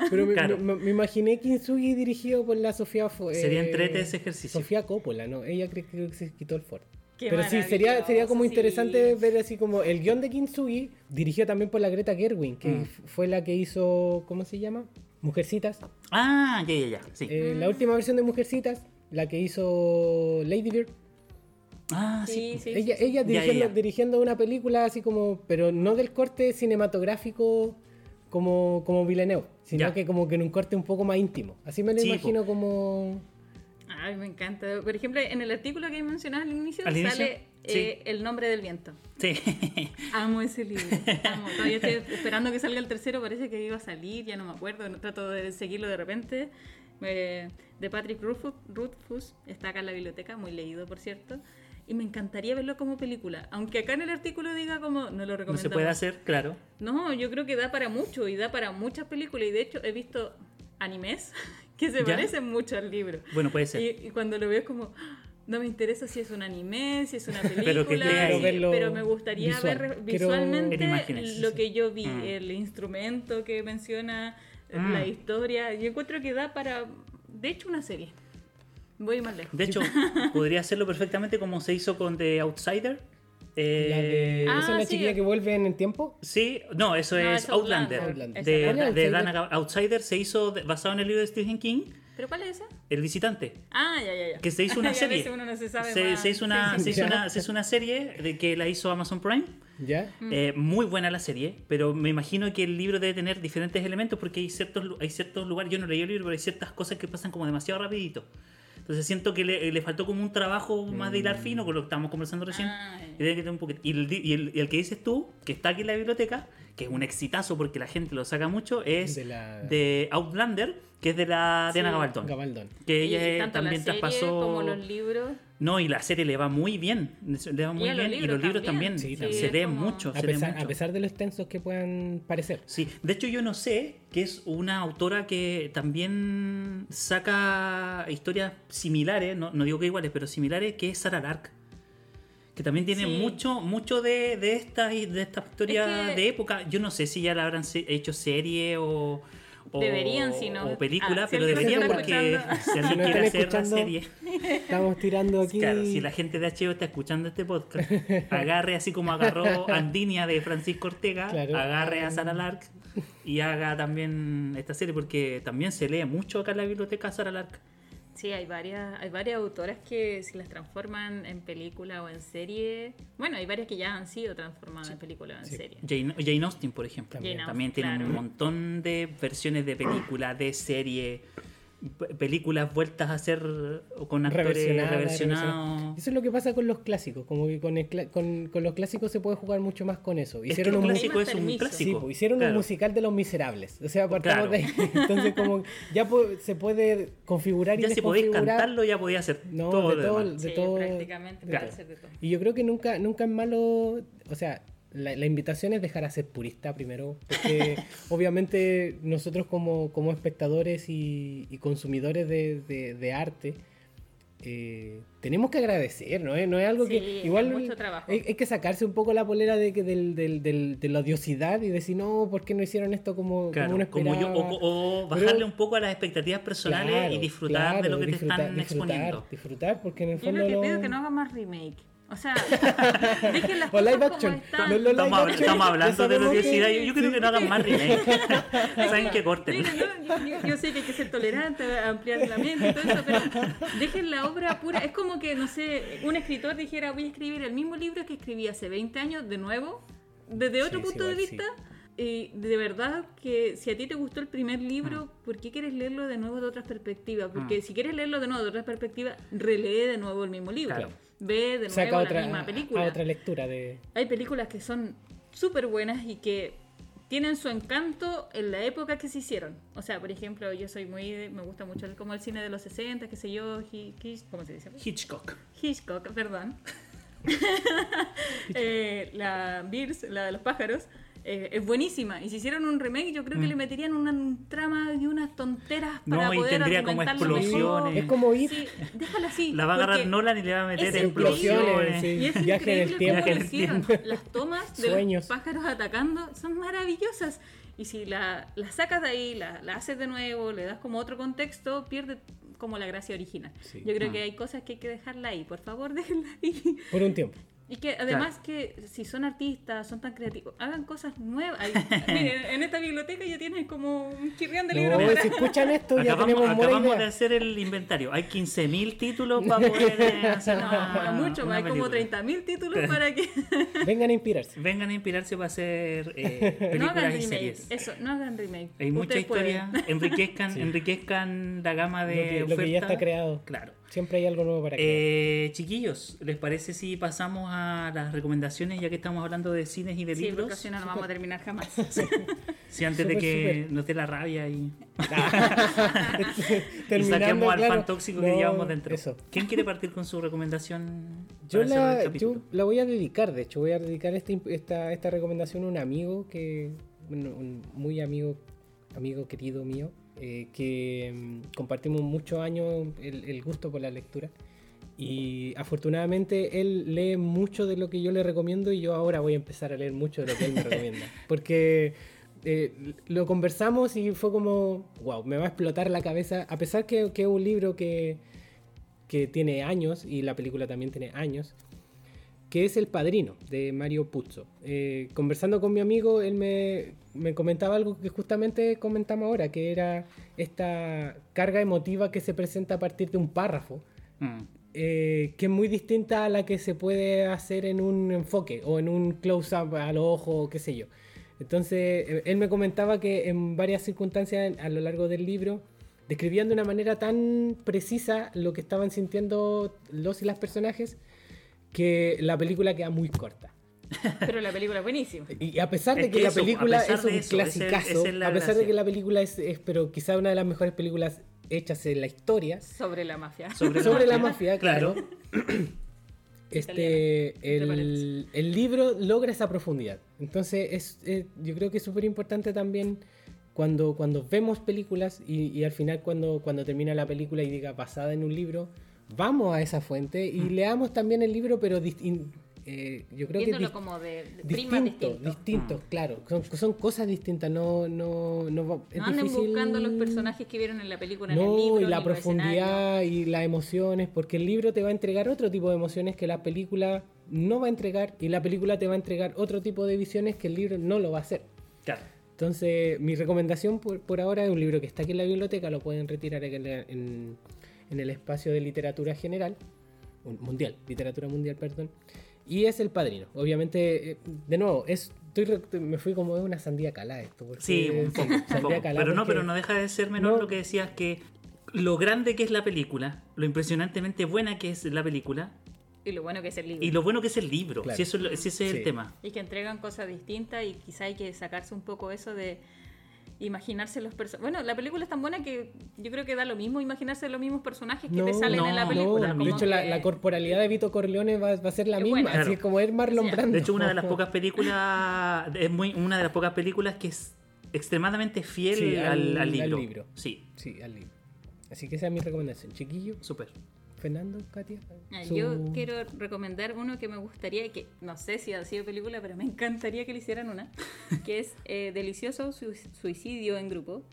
Speaker 3: Pero me,
Speaker 4: Claro.
Speaker 3: me- me imaginé Kintsugi dirigido por la Sofía. Fo-
Speaker 4: Sería
Speaker 3: eh,
Speaker 4: entrete ese ejercicio.
Speaker 3: Sofía Coppola, ¿no? Ella creo, creo que se quitó el Ford.
Speaker 5: Qué
Speaker 3: Pero sí, sería, sería como
Speaker 5: maravilloso,
Speaker 3: interesante
Speaker 5: sí.
Speaker 3: ver así como el guión de Kintsugi, dirigido también por la Greta Gerwin, que
Speaker 4: Mm.
Speaker 3: f- fue la que hizo, ¿cómo se llama? Mujercitas.
Speaker 4: Ah, ya, ya, ya. Sí.
Speaker 3: Eh,
Speaker 5: Mm.
Speaker 3: La última versión de Mujercitas, la que hizo Lady Bird.
Speaker 4: ah, sí.
Speaker 5: Sí, sí.
Speaker 3: Ella, ella
Speaker 4: Ya, ya,
Speaker 3: dirigiendo,
Speaker 4: ya.
Speaker 3: dirigiendo una película así como, pero no del corte cinematográfico como, como Villeneuve, sino
Speaker 4: Ya.
Speaker 3: que como que en un corte un poco más íntimo. Así me lo
Speaker 4: Sí,
Speaker 3: imagino como...
Speaker 5: Ay, me encanta. Por ejemplo, en el artículo que mencionabas al inicio
Speaker 4: ¿Al inicio?
Speaker 5: sale eh, El nombre del viento. (laughs)
Speaker 4: Sí.
Speaker 5: Amo ese libro. Amo.
Speaker 4: (laughs)
Speaker 5: Todavía estoy esperando que salga el tercero. Parece que iba a salir, ya no me acuerdo. no- Trato de seguirlo de repente. Eh, de Patrick Rufus, Rothfuss. Está acá en la biblioteca, muy leído, por cierto. Y me encantaría verlo como película. Aunque acá en el artículo diga como no lo
Speaker 4: No
Speaker 5: recomendamos.
Speaker 4: se puede hacer, claro.
Speaker 5: No, yo creo que da para mucho y da para muchas películas. Y de hecho he visto animes (laughs) que se
Speaker 4: ¿Ya?
Speaker 5: parecen mucho al libro.
Speaker 4: Bueno, puede ser.
Speaker 5: Y, y cuando lo veo es como, "Ah, no me interesa si es un anime, si es una película,
Speaker 4: (laughs) Pero que esté ahí.
Speaker 5: si-
Speaker 3: Verlo
Speaker 5: pero me gustaría
Speaker 3: visual.
Speaker 5: ver re-
Speaker 3: Quiero-
Speaker 5: visualmente
Speaker 4: En imágenes,
Speaker 5: lo
Speaker 4: sí.
Speaker 5: que yo vi,
Speaker 4: Mm.
Speaker 5: el instrumento que menciona, eh,
Speaker 4: Mm.
Speaker 5: la historia. Yo encuentro que da para, de hecho, una serie. Voy más lejos.
Speaker 4: De
Speaker 5: (laughs)
Speaker 4: hecho, podría hacerlo perfectamente como se hizo con The Outsider. Eh,
Speaker 3: la de-
Speaker 5: Ah,
Speaker 3: ¿Esa es la
Speaker 5: sí.
Speaker 3: chiquilla que vuelve en el tiempo?
Speaker 4: Sí, no, eso
Speaker 5: No,
Speaker 4: es
Speaker 5: es
Speaker 4: Outlander.
Speaker 5: Outlander.
Speaker 4: De,
Speaker 5: Outlander.
Speaker 3: ¿Cuál es
Speaker 4: de
Speaker 3: Outsider?
Speaker 4: Dana Ga- Outsider se hizo de- basado en el libro de Stephen King,
Speaker 5: ¿Pero cuál es esa?
Speaker 4: El visitante.
Speaker 5: Ah, ya, ya, ya.
Speaker 4: Que se
Speaker 5: (laughs)
Speaker 4: hizo una
Speaker 5: Y a
Speaker 4: serie.
Speaker 5: veces uno no se sabe
Speaker 4: Se,
Speaker 5: más.
Speaker 4: se hizo una,
Speaker 5: Sí,
Speaker 4: se
Speaker 5: sí, sí.
Speaker 4: hizo una- se hizo una serie de que la hizo Amazon Prime.
Speaker 3: ¿Ya?
Speaker 5: Mm.
Speaker 4: Eh, muy buena la serie, pero me imagino que el libro debe tener diferentes elementos porque hay ciertos, lu- hay ciertos lugares, yo no leí el libro, pero hay ciertas cosas que pasan como demasiado rapidito. Entonces siento que le, le faltó como un trabajo más de hilar fino con lo que estábamos conversando recién.
Speaker 5: Mm. Ah, ya.
Speaker 4: Y tiene que tener un poquito- y el, di- y el- y el que dices tú, que está aquí en la biblioteca, que es un exitazo porque la gente lo saca mucho, es
Speaker 3: De
Speaker 4: de,
Speaker 3: la-
Speaker 4: Outlander, que es de la
Speaker 5: Sí.
Speaker 4: Diana Gabaldón.
Speaker 3: Gabaldón.
Speaker 4: Que
Speaker 5: Y
Speaker 4: ella
Speaker 5: tanto
Speaker 4: también
Speaker 5: la serie
Speaker 4: traspasó...
Speaker 5: como los libros.
Speaker 4: No, y la serie le va muy bien. Le va muy
Speaker 5: a los
Speaker 4: bien. Y
Speaker 5: libros
Speaker 4: los libros
Speaker 5: también.
Speaker 4: también.
Speaker 3: Sí, también.
Speaker 4: se
Speaker 5: es
Speaker 4: leen
Speaker 5: como-
Speaker 4: mucho.
Speaker 3: A
Speaker 4: se leen
Speaker 3: pesar, a
Speaker 4: mucho.
Speaker 3: pesar de los extensos que puedan parecer.
Speaker 4: Sí, de hecho yo no sé que es una autora que también saca historias similares, no, no digo que iguales, pero similares, que es Sarah Lark. Que también tiene
Speaker 5: Sí.
Speaker 4: mucho, mucho de, de estas de estas historias
Speaker 5: Es que-
Speaker 4: de época. Yo no sé si ya la habrán se- hecho serie o, o-
Speaker 5: Deberían, si no-
Speaker 4: o película,
Speaker 5: Ah, si
Speaker 4: pero
Speaker 5: alguien
Speaker 4: deberían
Speaker 3: nos está
Speaker 4: porque
Speaker 5: escuchando.
Speaker 4: si
Speaker 3: Si
Speaker 4: alguien
Speaker 3: nos están
Speaker 4: quiere hacer la
Speaker 3: escuchando,
Speaker 4: serie.
Speaker 3: Estamos tirando aquí...
Speaker 4: Claro, si la gente de HBO está escuchando este podcast, agarre así como
Speaker 3: (laughs)
Speaker 4: agarró Andinia de Francisco Ortega,
Speaker 3: Claro.
Speaker 4: agarre a Sara Lark y haga también esta serie, porque también se lee mucho acá en la biblioteca Sara Lark.
Speaker 5: Sí, hay varias, hay varias autoras que si las transforman en película o en serie. Bueno, hay varias que ya han sido transformadas en película o en serie.
Speaker 4: Jane, Jane Austen, por ejemplo,
Speaker 5: Jane
Speaker 4: también,
Speaker 5: Austen,
Speaker 4: tiene
Speaker 5: claro.
Speaker 4: un montón de versiones de película, de serie, pe- películas vueltas a hacer con actores
Speaker 3: Reversionada, reversionada.
Speaker 4: reversionados.
Speaker 3: Eso es lo que pasa con los clásicos, como que con, el cla- con, con los clásicos se puede jugar mucho más con eso.
Speaker 4: Es que
Speaker 3: Hicieron
Speaker 4: lo
Speaker 3: un mu-
Speaker 4: clásico es un
Speaker 5: Permiso.
Speaker 3: Sí,
Speaker 4: clásico.
Speaker 3: pues, hicieron
Speaker 4: claro.
Speaker 3: un musical de Los Miserables. O sea, partamos
Speaker 4: Claro.
Speaker 3: de ahí. Entonces, como ya po- se puede configurar y
Speaker 4: Ya si podéis
Speaker 3: desconfigurar.
Speaker 4: cantarlo, ya podéis hacer
Speaker 3: No,
Speaker 4: todo
Speaker 3: de
Speaker 4: lo
Speaker 3: todo
Speaker 4: demás.
Speaker 3: De
Speaker 5: sí,
Speaker 3: todo-
Speaker 5: prácticamente
Speaker 4: Claro.
Speaker 5: puede ser de todo.
Speaker 3: Y yo creo que nunca, nunca es malo. O sea, la, la invitación es dejar a ser purista primero,
Speaker 5: (laughs)
Speaker 3: porque obviamente nosotros como, como espectadores y, y consumidores de, de- de arte, eh, tenemos que agradecer, ¿no? es No es algo
Speaker 5: Sí,
Speaker 3: que
Speaker 5: es
Speaker 3: igual
Speaker 5: mucho trabajo.
Speaker 3: Hay, hay que sacarse un poco la polera de, que del, del- del- de la odiosidad y decir, no, ¿por qué no hicieron esto como,
Speaker 4: Claro,
Speaker 3: como uno
Speaker 4: como yo,
Speaker 3: esperaba?"
Speaker 4: o, o
Speaker 3: Pero-
Speaker 4: bajarle un poco a las expectativas personales y
Speaker 3: Claro,
Speaker 4: disfrutar de
Speaker 3: claro,
Speaker 4: lo que
Speaker 3: disfrutar-
Speaker 4: te están
Speaker 3: disfrutar,
Speaker 4: exponiendo.
Speaker 3: Disfrutar, porque en el
Speaker 5: Yo
Speaker 3: fondo...
Speaker 5: lo que
Speaker 3: no-
Speaker 5: pido es que no haga más remake.
Speaker 3: (laughs)
Speaker 5: O sea, dejen las
Speaker 3: O live
Speaker 5: cosas como
Speaker 3: action.
Speaker 5: están.
Speaker 3: No, no, live
Speaker 4: Estamos, hab-
Speaker 3: action, (laughs)
Speaker 4: estamos
Speaker 3: ya
Speaker 4: hablando de
Speaker 3: sabemos que-
Speaker 4: odiosidad. Yo, yo creo que no hagan
Speaker 3: (laughs)
Speaker 4: más remake. Saben que corten.
Speaker 5: Mira, yo, yo- yo sé que hay que ser tolerante, ampliar la mente y todo eso, pero dejen la obra pura. Es como que, no sé, un escritor dijera, voy a escribir el mismo libro que escribí hace 20 años de nuevo, desde otro
Speaker 3: Sí, sí,
Speaker 5: punto de
Speaker 3: igual sí.
Speaker 5: vista. Y de verdad que si a ti te gustó el primer libro,
Speaker 3: Mm.
Speaker 5: ¿por qué quieres leerlo de nuevo de otra perspectiva? Porque si quieres leerlo de nuevo de otra perspectiva, relee de nuevo el mismo libro.
Speaker 4: Claro.
Speaker 5: Ve de nuevo
Speaker 3: Saca
Speaker 5: la
Speaker 3: otra,
Speaker 5: misma
Speaker 3: a
Speaker 5: película
Speaker 3: otra lectura de...
Speaker 5: hay películas que son súper buenas y que tienen su encanto en la época que se hicieron. O sea, por ejemplo, yo soy muy... de- me gusta mucho el- como el cine de los 60, qué sé yo, Hi- Hitch- ¿cómo se dice?
Speaker 4: Hitchcock.
Speaker 5: Hitchcock,
Speaker 4: (laughs)
Speaker 5: perdón. Eh, la Beers, la de los pájaros, eh, es buenísima. Y si hicieran un remake, yo creo que le meterían una un trama y unas tonteras
Speaker 4: Mm. No,
Speaker 5: para
Speaker 4: y
Speaker 5: poder
Speaker 4: tendría como
Speaker 5: argumentarlo mejor.
Speaker 4: explosiones.
Speaker 3: Es como ir...
Speaker 5: Sí, déjala así.
Speaker 4: La va a agarrar
Speaker 5: porque-
Speaker 4: Nolan y le va a meter
Speaker 5: es
Speaker 4: explosiones.
Speaker 3: Explosiones,
Speaker 5: y es
Speaker 3: Viaje en el tiempo.
Speaker 5: increíble cómo
Speaker 4: Viaje en
Speaker 5: lo
Speaker 4: el
Speaker 5: hicieron.
Speaker 4: tiempo.
Speaker 5: Las tomas de
Speaker 3: Sueños.
Speaker 5: los pájaros atacando son maravillosas. Y si la, la sacas de ahí, la, la haces de nuevo, le das como otro contexto, pierde como la gracia original.
Speaker 3: Sí.
Speaker 5: Yo creo
Speaker 4: Mm.
Speaker 5: que hay cosas que hay que dejarla ahí. Por favor, (laughs) déjenla ahí.
Speaker 3: Por un
Speaker 5: (laughs)
Speaker 3: tiempo.
Speaker 5: Y que además que si son artistas, son tan creativos, hagan cosas nuevas. Ay, miren, en esta biblioteca ya tienes como un chirrión de libros.
Speaker 3: No,
Speaker 5: para-
Speaker 3: si escuchan esto ya
Speaker 4: Acabamos,
Speaker 3: tenemos buena
Speaker 4: acabamos de
Speaker 3: idea.
Speaker 4: hacer el inventario. Hay 15.000 títulos
Speaker 3: (laughs)
Speaker 4: para poder eh, hacer
Speaker 5: (laughs) No,
Speaker 4: una-
Speaker 5: para mucho,
Speaker 4: una
Speaker 5: hay como
Speaker 4: película.
Speaker 5: 30.000 títulos para que...
Speaker 3: Vengan a inspirarse.
Speaker 4: Vengan a inspirarse para hacer eh,
Speaker 3: (laughs)
Speaker 5: No hagan
Speaker 4: películas y
Speaker 5: remake.
Speaker 4: series.
Speaker 5: Eso, no hagan remake.
Speaker 4: Hay mucha
Speaker 5: Ustedes pueden.
Speaker 4: historia.
Speaker 5: (laughs)
Speaker 4: Enriquezcan, enriquezcan la gama de
Speaker 3: Lo que- lo que ya
Speaker 4: oferta.
Speaker 3: está creado.
Speaker 4: Claro.
Speaker 3: Siempre hay algo nuevo para que...
Speaker 4: Eh, chiquillos, ¿les parece si pasamos a las recomendaciones ya que estamos hablando de cines y de
Speaker 5: Sí, porque
Speaker 4: libros?
Speaker 5: si no, no vamos a terminar
Speaker 3: (laughs)
Speaker 5: jamás.
Speaker 4: Sí, antes de
Speaker 3: Súper,
Speaker 4: que
Speaker 3: súper.
Speaker 4: nos dé la rabia y, y
Speaker 3: Terminando,
Speaker 4: saquemos al
Speaker 3: claro,
Speaker 4: fan tóxico que
Speaker 3: no,
Speaker 4: llevamos dentro.
Speaker 3: eso.
Speaker 4: ¿Quién quiere partir con su recomendación?
Speaker 3: Yo
Speaker 4: para cerrar el
Speaker 3: la, yo
Speaker 4: capítulo?
Speaker 3: la voy a dedicar, de hecho, voy a dedicar este imp- esta, esta recomendación a un amigo que. Un, un muy amigo, amigo querido mío, eh, que mm, compartimos muchos años el, el gusto por la lectura. Y afortunadamente él lee mucho de lo que yo le recomiendo y yo ahora voy a empezar a leer mucho de lo que él me
Speaker 4: (laughs)
Speaker 3: recomienda. Porque eh, lo conversamos y fue como, wow, me va a explotar la cabeza, a pesar que que es un libro que, que tiene años y la película también tiene años, que es El Padrino de Mario Puzo. Eh, conversando con mi amigo, él me, me comentaba algo que justamente comentamos ahora, que era esta carga emotiva que se presenta a partir de un párrafo,
Speaker 4: Mm.
Speaker 3: eh, que es muy distinta a la que se puede hacer en un enfoque o en un close-up al ojo, o qué sé yo. Entonces, eh, él me comentaba que en varias circunstancias en- a lo largo del libro describían de una manera tan precisa lo que estaban sintiendo los y las personajes que la película queda muy corta.
Speaker 5: Pero la película es buenísima.
Speaker 3: Y a pesar de
Speaker 4: Es
Speaker 3: que,
Speaker 4: que
Speaker 3: la
Speaker 4: eso, a
Speaker 3: película
Speaker 4: pesar
Speaker 3: es un
Speaker 4: de eso, ese-
Speaker 3: clasicazo,
Speaker 4: esa es la
Speaker 3: a pesar de
Speaker 4: gracia.
Speaker 3: que la película es, es, pero quizá una de las mejores películas hechas en la historia,
Speaker 5: Sobre la mafia.
Speaker 4: Sobre,
Speaker 3: sobre la mafia, claro.
Speaker 5: Italiana,
Speaker 3: (coughs) Este,
Speaker 5: entre
Speaker 3: el,
Speaker 5: paréntesis.
Speaker 3: el libro logra esa profundidad. Entonces, es, es- yo creo que es súper importante también cuando, cuando vemos películas y, y al final cuando, cuando termina la película y diga basada en un libro, vamos a esa fuente y leamos también el libro, pero dist- in- eh, yo creo que
Speaker 5: Viéndolo
Speaker 3: dist-
Speaker 5: como de, de prima
Speaker 3: distinto,
Speaker 5: distinto.
Speaker 3: distintos, claro. Son, son cosas distintas, no, no, no va- es
Speaker 5: No anden
Speaker 3: difícil-
Speaker 5: buscando los personajes que vieron en la película, en el
Speaker 3: no,
Speaker 5: libro.
Speaker 3: y
Speaker 5: ni
Speaker 3: la
Speaker 5: los escenarios.
Speaker 3: profundidad y las emociones, porque el libro te va a entregar otro tipo de emociones que la película no va a entregar y la película te va a entregar otro tipo de visiones que el libro no lo va a hacer.
Speaker 4: Claro.
Speaker 3: Entonces, mi recomendación por, por ahora es un libro que está aquí en la biblioteca, lo pueden retirar aquí en, la- en- en el espacio de literatura general, un- mundial, literatura mundial, perdón, y es El Padrino. Obviamente, eh, de nuevo, es, estoy re- me fui como de una sandía calada esto. porque-
Speaker 4: Sí, un poco. un
Speaker 3: (laughs) sandía
Speaker 4: poco.
Speaker 3: calada
Speaker 4: Pero no,
Speaker 3: porque-
Speaker 4: pero no deja de ser menor
Speaker 3: No.
Speaker 4: lo que decías que lo grande que es la película, lo impresionantemente buena que es la película
Speaker 5: Y lo bueno que es el libro.
Speaker 4: y
Speaker 5: Y,
Speaker 4: lo bueno que es el libro.
Speaker 3: Claro.
Speaker 4: Si, eso, es lo- si ese es el
Speaker 3: Sí.
Speaker 4: tema.
Speaker 5: que entregan cosas distintas y quizá hay que sacarse un poco eso de imaginarse los personajes. Bueno, la película es tan buena que yo creo que da lo mismo imaginarse los mismos personajes que te salen en la
Speaker 3: no,
Speaker 5: película.
Speaker 3: de
Speaker 5: como
Speaker 3: hecho, la,
Speaker 5: que-
Speaker 3: la corporalidad de Vito Corleone va, va a ser la
Speaker 5: Es
Speaker 3: misma,
Speaker 5: buena.
Speaker 3: así
Speaker 4: Claro.
Speaker 3: como es Marlon
Speaker 5: Sí.
Speaker 3: Brando.
Speaker 4: De hecho, una de las pocas películas, es muy, una de las pocas películas que es extremadamente fiel
Speaker 3: Sí,
Speaker 4: al,
Speaker 3: al-
Speaker 4: al
Speaker 3: al
Speaker 4: libro.
Speaker 3: libro.
Speaker 4: Sí,
Speaker 3: (laughs) Sí, al libro. Así que esa es mi recomendación. Chiquillo,
Speaker 4: súper.
Speaker 3: Fernando, Katia.
Speaker 5: Ah,
Speaker 3: su-
Speaker 5: Yo quiero recomendar uno que me gustaría, que no sé si ha sido película, pero me encantaría que le hicieran una, que es eh, Delicioso Su- Suicidio en Grupo.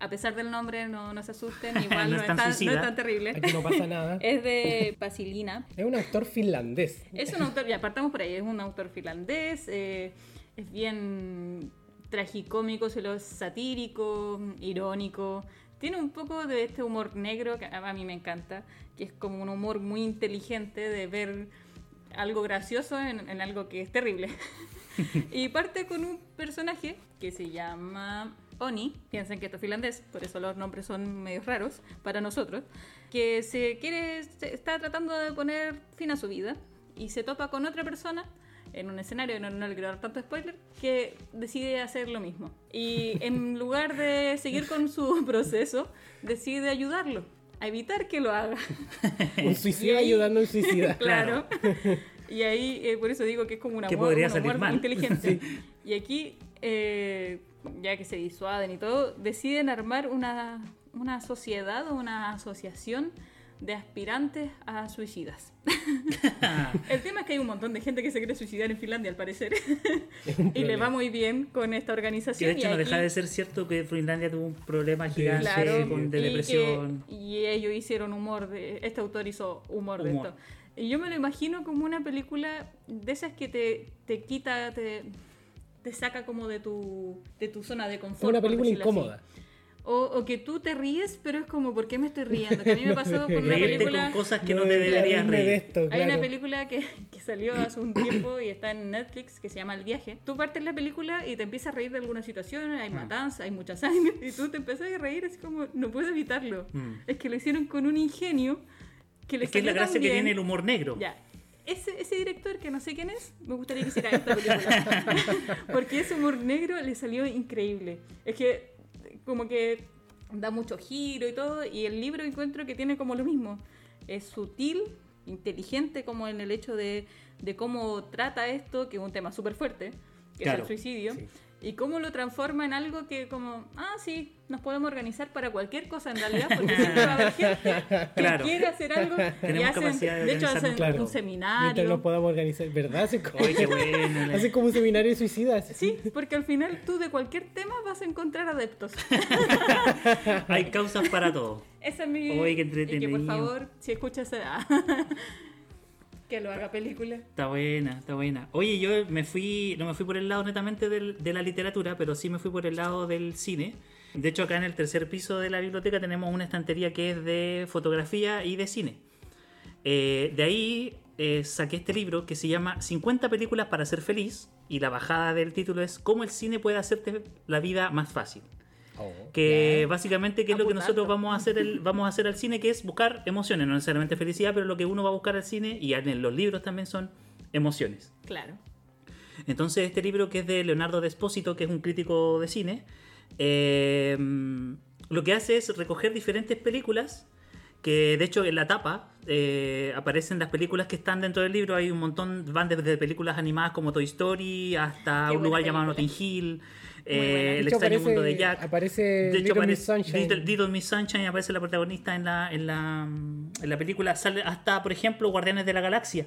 Speaker 5: A pesar del nombre, no, no
Speaker 4: (laughs)
Speaker 5: se asusten, igual
Speaker 4: No
Speaker 5: no,
Speaker 4: es
Speaker 5: es
Speaker 4: tan
Speaker 5: tan, no es
Speaker 4: suicida.
Speaker 5: tan terrible.
Speaker 3: Aquí no pasa nada.
Speaker 5: (laughs) Es de Pasilina.
Speaker 3: Es un actor
Speaker 5: (laughs)
Speaker 3: finlandés.
Speaker 5: Es un autor, ya partamos por ahí, es un autor finlandés, eh, es bien tragicómico, se lo es satírico, irónico. Tiene un poco de este humor negro que a a mí me encanta, que es como un humor muy inteligente de ver algo gracioso en, en algo que es terrible. (laughs) y parte con un personaje que se llama Oni, piensen que esto es finlandés, por eso los nombres son medio raros para nosotros, que se quiere, se está tratando de poner fin a su vida y se topa con otra persona en un escenario, no, no le quiero dar tanto spoiler, que decide hacer lo mismo. Y en lugar de seguir con su proceso, decide ayudarlo, a evitar que lo haga.
Speaker 3: Un suicida
Speaker 5: Y-
Speaker 3: ayudando a un
Speaker 4: (laughs)
Speaker 3: suicida.
Speaker 5: (laughs) Claro. Y ahí, eh, por eso digo que es como una
Speaker 4: Que
Speaker 5: humor,
Speaker 4: podría
Speaker 5: un
Speaker 4: salir
Speaker 5: humor
Speaker 4: mal.
Speaker 5: inteligente. Y aquí, eh, ya que se disuaden y todo, deciden armar una, una sociedad o una asociación de aspirantes
Speaker 4: (laughs)
Speaker 5: a suicidas. El tema es que hay un montón de gente que se quiere suicidar en Finlandia, al parecer. (laughs) y le va muy bien con esta
Speaker 4: Que
Speaker 5: organización.
Speaker 4: de hecho
Speaker 5: y
Speaker 4: no
Speaker 5: aquí-
Speaker 4: deja de ser cierto que Finlandia tuvo un problema gigante
Speaker 5: Claro,
Speaker 4: con, de
Speaker 5: y
Speaker 4: depresión.
Speaker 5: que- y ellos hicieron humor de. Este autor hizo humor, de
Speaker 4: Humor.
Speaker 5: esto. Y yo me lo imagino como una película de esas que te, te quita, te, te saca como de tu, de tu zona de
Speaker 3: Es
Speaker 5: confort.
Speaker 3: una
Speaker 5: por
Speaker 3: película
Speaker 5: decirlo así.
Speaker 3: incómoda.
Speaker 5: O, o que tú te ríes, pero es como, ¿por qué me estoy riendo? Que a mí
Speaker 4: (laughs)
Speaker 5: me pasó con una
Speaker 4: Reírte
Speaker 5: película.
Speaker 4: con cosas que no,
Speaker 3: No
Speaker 4: te
Speaker 3: debería
Speaker 4: deberías
Speaker 3: reírme de
Speaker 4: reír.
Speaker 3: esto,
Speaker 5: Hay una
Speaker 3: claro.
Speaker 5: película que, que salió hace un tiempo y está en Netflix que se llama El viaje. Tú partes la película y te empiezas a reír de alguna situación,
Speaker 4: Mm.
Speaker 5: hay matanza, hay mucha sangre, y tú te empiezas a reír, es como, no puedes evitarlo.
Speaker 4: Mm.
Speaker 5: Es que lo hicieron con un ingenio que le
Speaker 4: Es que es la
Speaker 5: salió tan
Speaker 4: gracia que
Speaker 5: bien.
Speaker 4: tiene el humor negro.
Speaker 5: Ya. Ese, ese director que no sé quién es, me gustaría que hiciera esta película. (laughs) Porque ese humor negro le salió increíble. Es que como que da mucho giro y todo, y el libro encuentro que tiene como lo mismo. Es sutil, inteligente como en el hecho de, de cómo trata esto, que es un tema súper fuerte, que es
Speaker 4: Claro,
Speaker 5: el suicidio.
Speaker 3: sí.
Speaker 5: Y cómo lo transforma en algo que como, ah, sí, nos podemos organizar para cualquier cosa en realidad, porque siempre va a haber gente que
Speaker 4: (laughs) Claro.
Speaker 5: quiere hacer algo. y
Speaker 4: (laughs) Tenemos
Speaker 5: hacen,
Speaker 4: capacidad de
Speaker 5: de, hecho,
Speaker 4: organizarnos
Speaker 5: hacen
Speaker 3: Claro. Mientras
Speaker 5: un
Speaker 3: nos
Speaker 5: seminario.
Speaker 3: podamos organizar. ¿Verdad? Hace como, (laughs)
Speaker 4: Oye, qué buena. la-
Speaker 3: hace como un seminario de suicidas.
Speaker 5: Sí, porque al final tú de cualquier tema vas a
Speaker 4: (laughs)
Speaker 5: encontrar adeptos.
Speaker 4: Hay causas para todo.
Speaker 5: Esa es mi...
Speaker 4: Oye, qué
Speaker 5: y que
Speaker 4: entretenido.
Speaker 5: por favor, si
Speaker 4: (laughs)
Speaker 5: escuchas a... que lo haga película.
Speaker 4: Está buena, está buena. Oye, yo me fui, no me fui por el lado netamente del- de la literatura, pero sí me fui por el lado del cine. De hecho, acá en el tercer piso de la biblioteca tenemos una estantería que es de fotografía y de cine. Eh, de ahí eh, saqué este libro que se llama 50 películas para ser feliz y la bajada del título es Cómo el cine puede hacerte la vida más fácil.
Speaker 3: Oh.
Speaker 4: Que básicamente que es lo que
Speaker 5: Apuntar.
Speaker 4: nosotros vamos a hacer el, vamos a hacer al cine, que es buscar emociones, no necesariamente felicidad, pero lo que uno va a buscar al cine y en los libros también son emociones.
Speaker 5: Claro.
Speaker 4: Entonces este libro que es de Leonardo Despósito, que es un crítico de cine, eh, lo que hace es recoger diferentes películas que de hecho en la tapa eh, aparecen las películas que están dentro del libro, hay un montón, van desde películas animadas como Toy Story hasta
Speaker 5: Qué
Speaker 4: un lugar
Speaker 5: buena
Speaker 4: llamado
Speaker 5: película.
Speaker 4: Notting Hill,
Speaker 5: buena.
Speaker 4: eh,
Speaker 5: De
Speaker 4: El
Speaker 3: hecho,
Speaker 4: extraño
Speaker 3: aparece-
Speaker 4: mundo de Jack.
Speaker 3: aparece
Speaker 4: de hecho,
Speaker 3: Little Miss
Speaker 4: aparece
Speaker 3: Sunshine.
Speaker 4: Little, Little Miss Sunshine, aparece la protagonista en la, en la, en la película, sale hasta por ejemplo Guardianes de la Galaxia,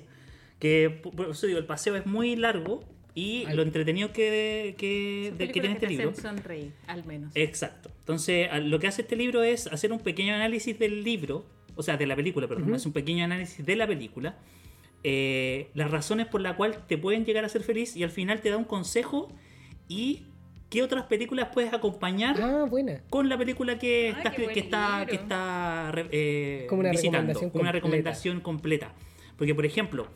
Speaker 4: que por- por eso digo, el paseo es muy largo y
Speaker 3: Ay.
Speaker 4: lo entretenido que, que,
Speaker 5: Son
Speaker 4: de- que tiene
Speaker 5: películas
Speaker 4: este
Speaker 5: que te
Speaker 4: libro.
Speaker 5: hacen sonreír, al menos.
Speaker 4: Exacto. Entonces, a- lo que hace este libro es hacer un pequeño análisis del libro, o sea, de la película, perdón, es un pequeño análisis de la película, eh, las razones por las cuales te pueden llegar a ser feliz y al final te da un consejo y qué otras películas puedes acompañar
Speaker 3: Ah, buena.
Speaker 4: con la película que,
Speaker 5: Ah,
Speaker 4: estás-
Speaker 5: qué buen
Speaker 4: que está,
Speaker 5: libro.
Speaker 4: que está re- eh,
Speaker 3: Como una
Speaker 4: visitando,
Speaker 3: recomendación
Speaker 4: como
Speaker 3: completa.
Speaker 4: una recomendación completa. Porque, por ejemplo,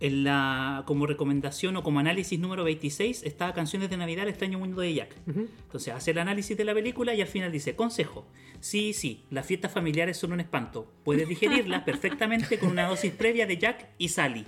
Speaker 4: en la, como recomendación o como análisis número 26 está Canciones de Navidad, El extraño mundo de Jack. Entonces hace el análisis de la película y al final dice, consejo, sí, sí, las fiestas familiares son un espanto. Puedes
Speaker 5: (laughs)
Speaker 4: digerirlas perfectamente con una dosis previa de Jack y Sally.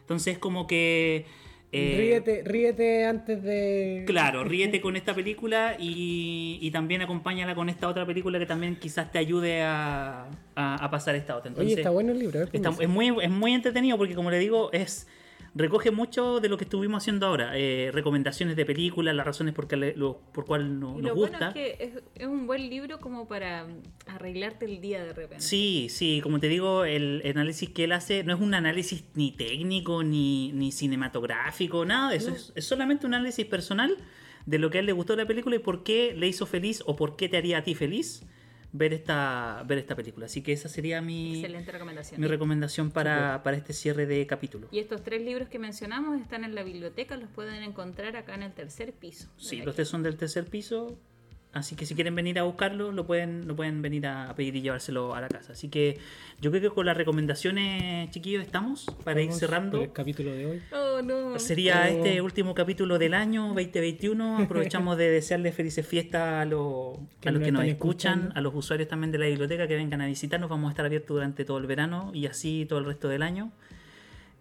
Speaker 4: Entonces como que Eh,
Speaker 3: ríete, ríete antes de.
Speaker 4: Claro, ríete con esta película y, y también acompáñala con esta otra película que también quizás te ayude a, a- a pasar esta otra. Entonces,
Speaker 3: Oye, está bueno el libro. ¿eh?
Speaker 4: está- es, muy, es muy entretenido porque, como le digo, es recoge mucho de lo que estuvimos haciendo ahora. eh, recomendaciones de películas, las razones por, qué le- lo- por cuál no,
Speaker 5: Y
Speaker 4: nos
Speaker 5: lo
Speaker 4: gusta.
Speaker 5: bueno es que es, es un buen libro como para mm, arreglarte el día de repente.
Speaker 4: Sí, sí, como te digo, el análisis que él hace no es un análisis ni técnico, ni, ni cinematográfico, nada de eso. Es, es solamente un análisis personal de lo que a él le gustó de la película y por qué le hizo feliz o por qué te haría a ti feliz ver esta, ver esta película. Así que esa sería mi,
Speaker 5: Excelente recomendación.
Speaker 4: mi recomendación para, para este cierre de capítulo.
Speaker 5: y estos tres libros que mencionamos están en la biblioteca, los pueden encontrar acá en el tercer piso.
Speaker 4: Sí,
Speaker 5: Mira
Speaker 4: los tres son del tercer piso. Así que si quieren venir a buscarlo, lo pueden, lo pueden venir a a pedir y llevárselo a la casa. Así que yo creo que con las recomendaciones, chiquillos, estamos para ir
Speaker 3: Vamos por
Speaker 4: cerrando.
Speaker 3: El capítulo de hoy.
Speaker 5: aquí. Oh, no.
Speaker 4: Sería
Speaker 3: Oh.
Speaker 4: este último capítulo del año 2021. Aprovechamos de desearles felices fiestas a, los-
Speaker 3: Que
Speaker 4: a los
Speaker 3: nos
Speaker 4: que nos
Speaker 3: están
Speaker 4: escuchan,
Speaker 3: escuchando.
Speaker 4: a los usuarios también de la biblioteca que vengan a visitarnos. Vamos a estar abiertos durante todo el verano y así todo el resto del año.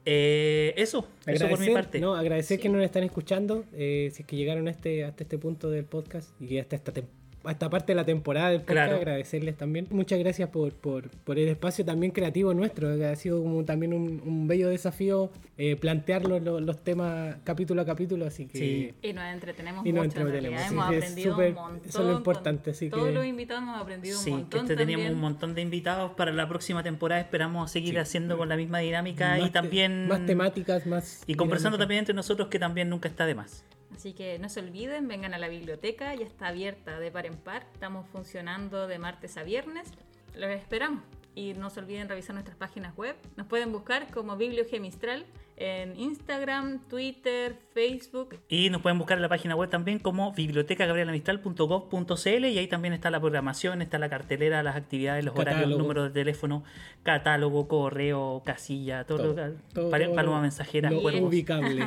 Speaker 4: Eh, eso, eso por mi parte.
Speaker 3: No, agradecer que nos están escuchando. eh, si es que llegaron a este, hasta este punto del podcast y hasta esta, tem- a esta parte de la temporada del podcast,
Speaker 4: Claro.
Speaker 3: agradecerles también. Muchas gracias por, por, por el espacio también creativo nuestro. que Ha sido como también un, un bello desafío eh, plantear los, los- los temas capítulo a capítulo. Así que
Speaker 4: Sí.
Speaker 5: Y nos entretenemos
Speaker 3: Y nos
Speaker 5: mucho. en
Speaker 3: entretenemos,
Speaker 5: realidad.
Speaker 3: sí,
Speaker 5: hemos
Speaker 3: que es
Speaker 5: aprendido
Speaker 3: súper-
Speaker 5: un montón.
Speaker 3: eso es lo importante,
Speaker 5: con
Speaker 3: así
Speaker 5: Todos
Speaker 3: que-
Speaker 5: los invitados hemos aprendido
Speaker 4: Sí,
Speaker 5: un
Speaker 4: que
Speaker 5: montón.
Speaker 4: este teníamos
Speaker 5: también.
Speaker 4: un montón de invitados para la próxima temporada. Esperamos seguir haciendo con la misma dinámica
Speaker 3: más
Speaker 4: y
Speaker 3: te-
Speaker 4: también.
Speaker 3: Más temáticas, más.
Speaker 4: Y conversando
Speaker 3: dinámicas.
Speaker 4: también entre nosotros, que también nunca está de más.
Speaker 5: Así que no se olviden, vengan a la biblioteca, ya está abierta de par en par. Estamos funcionando de martes a viernes. Los esperamos. Y no se olviden revisar nuestras páginas web. Nos pueden buscar como Bibliogemistral en Instagram, Twitter, Facebook.
Speaker 4: Y nos pueden buscar en la página web también como bibliotecagabrielamistral.gov.cl y ahí también está la programación, está la cartelera, las actividades, los horarios,
Speaker 3: Catálogo.
Speaker 4: números de teléfono, catálogo, correo, casilla, todo,
Speaker 3: Todo,
Speaker 4: lo que-
Speaker 3: todo,
Speaker 4: pare-
Speaker 3: todo
Speaker 4: paloma
Speaker 3: lo-
Speaker 4: mensajera,
Speaker 3: lo
Speaker 4: cuervos. (laughs)
Speaker 3: ubicable.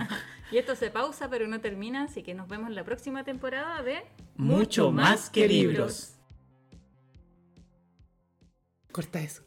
Speaker 5: Y esto se pausa, pero no termina, así que nos vemos la próxima temporada de
Speaker 4: Mucho más que libros.
Speaker 3: Corta eso.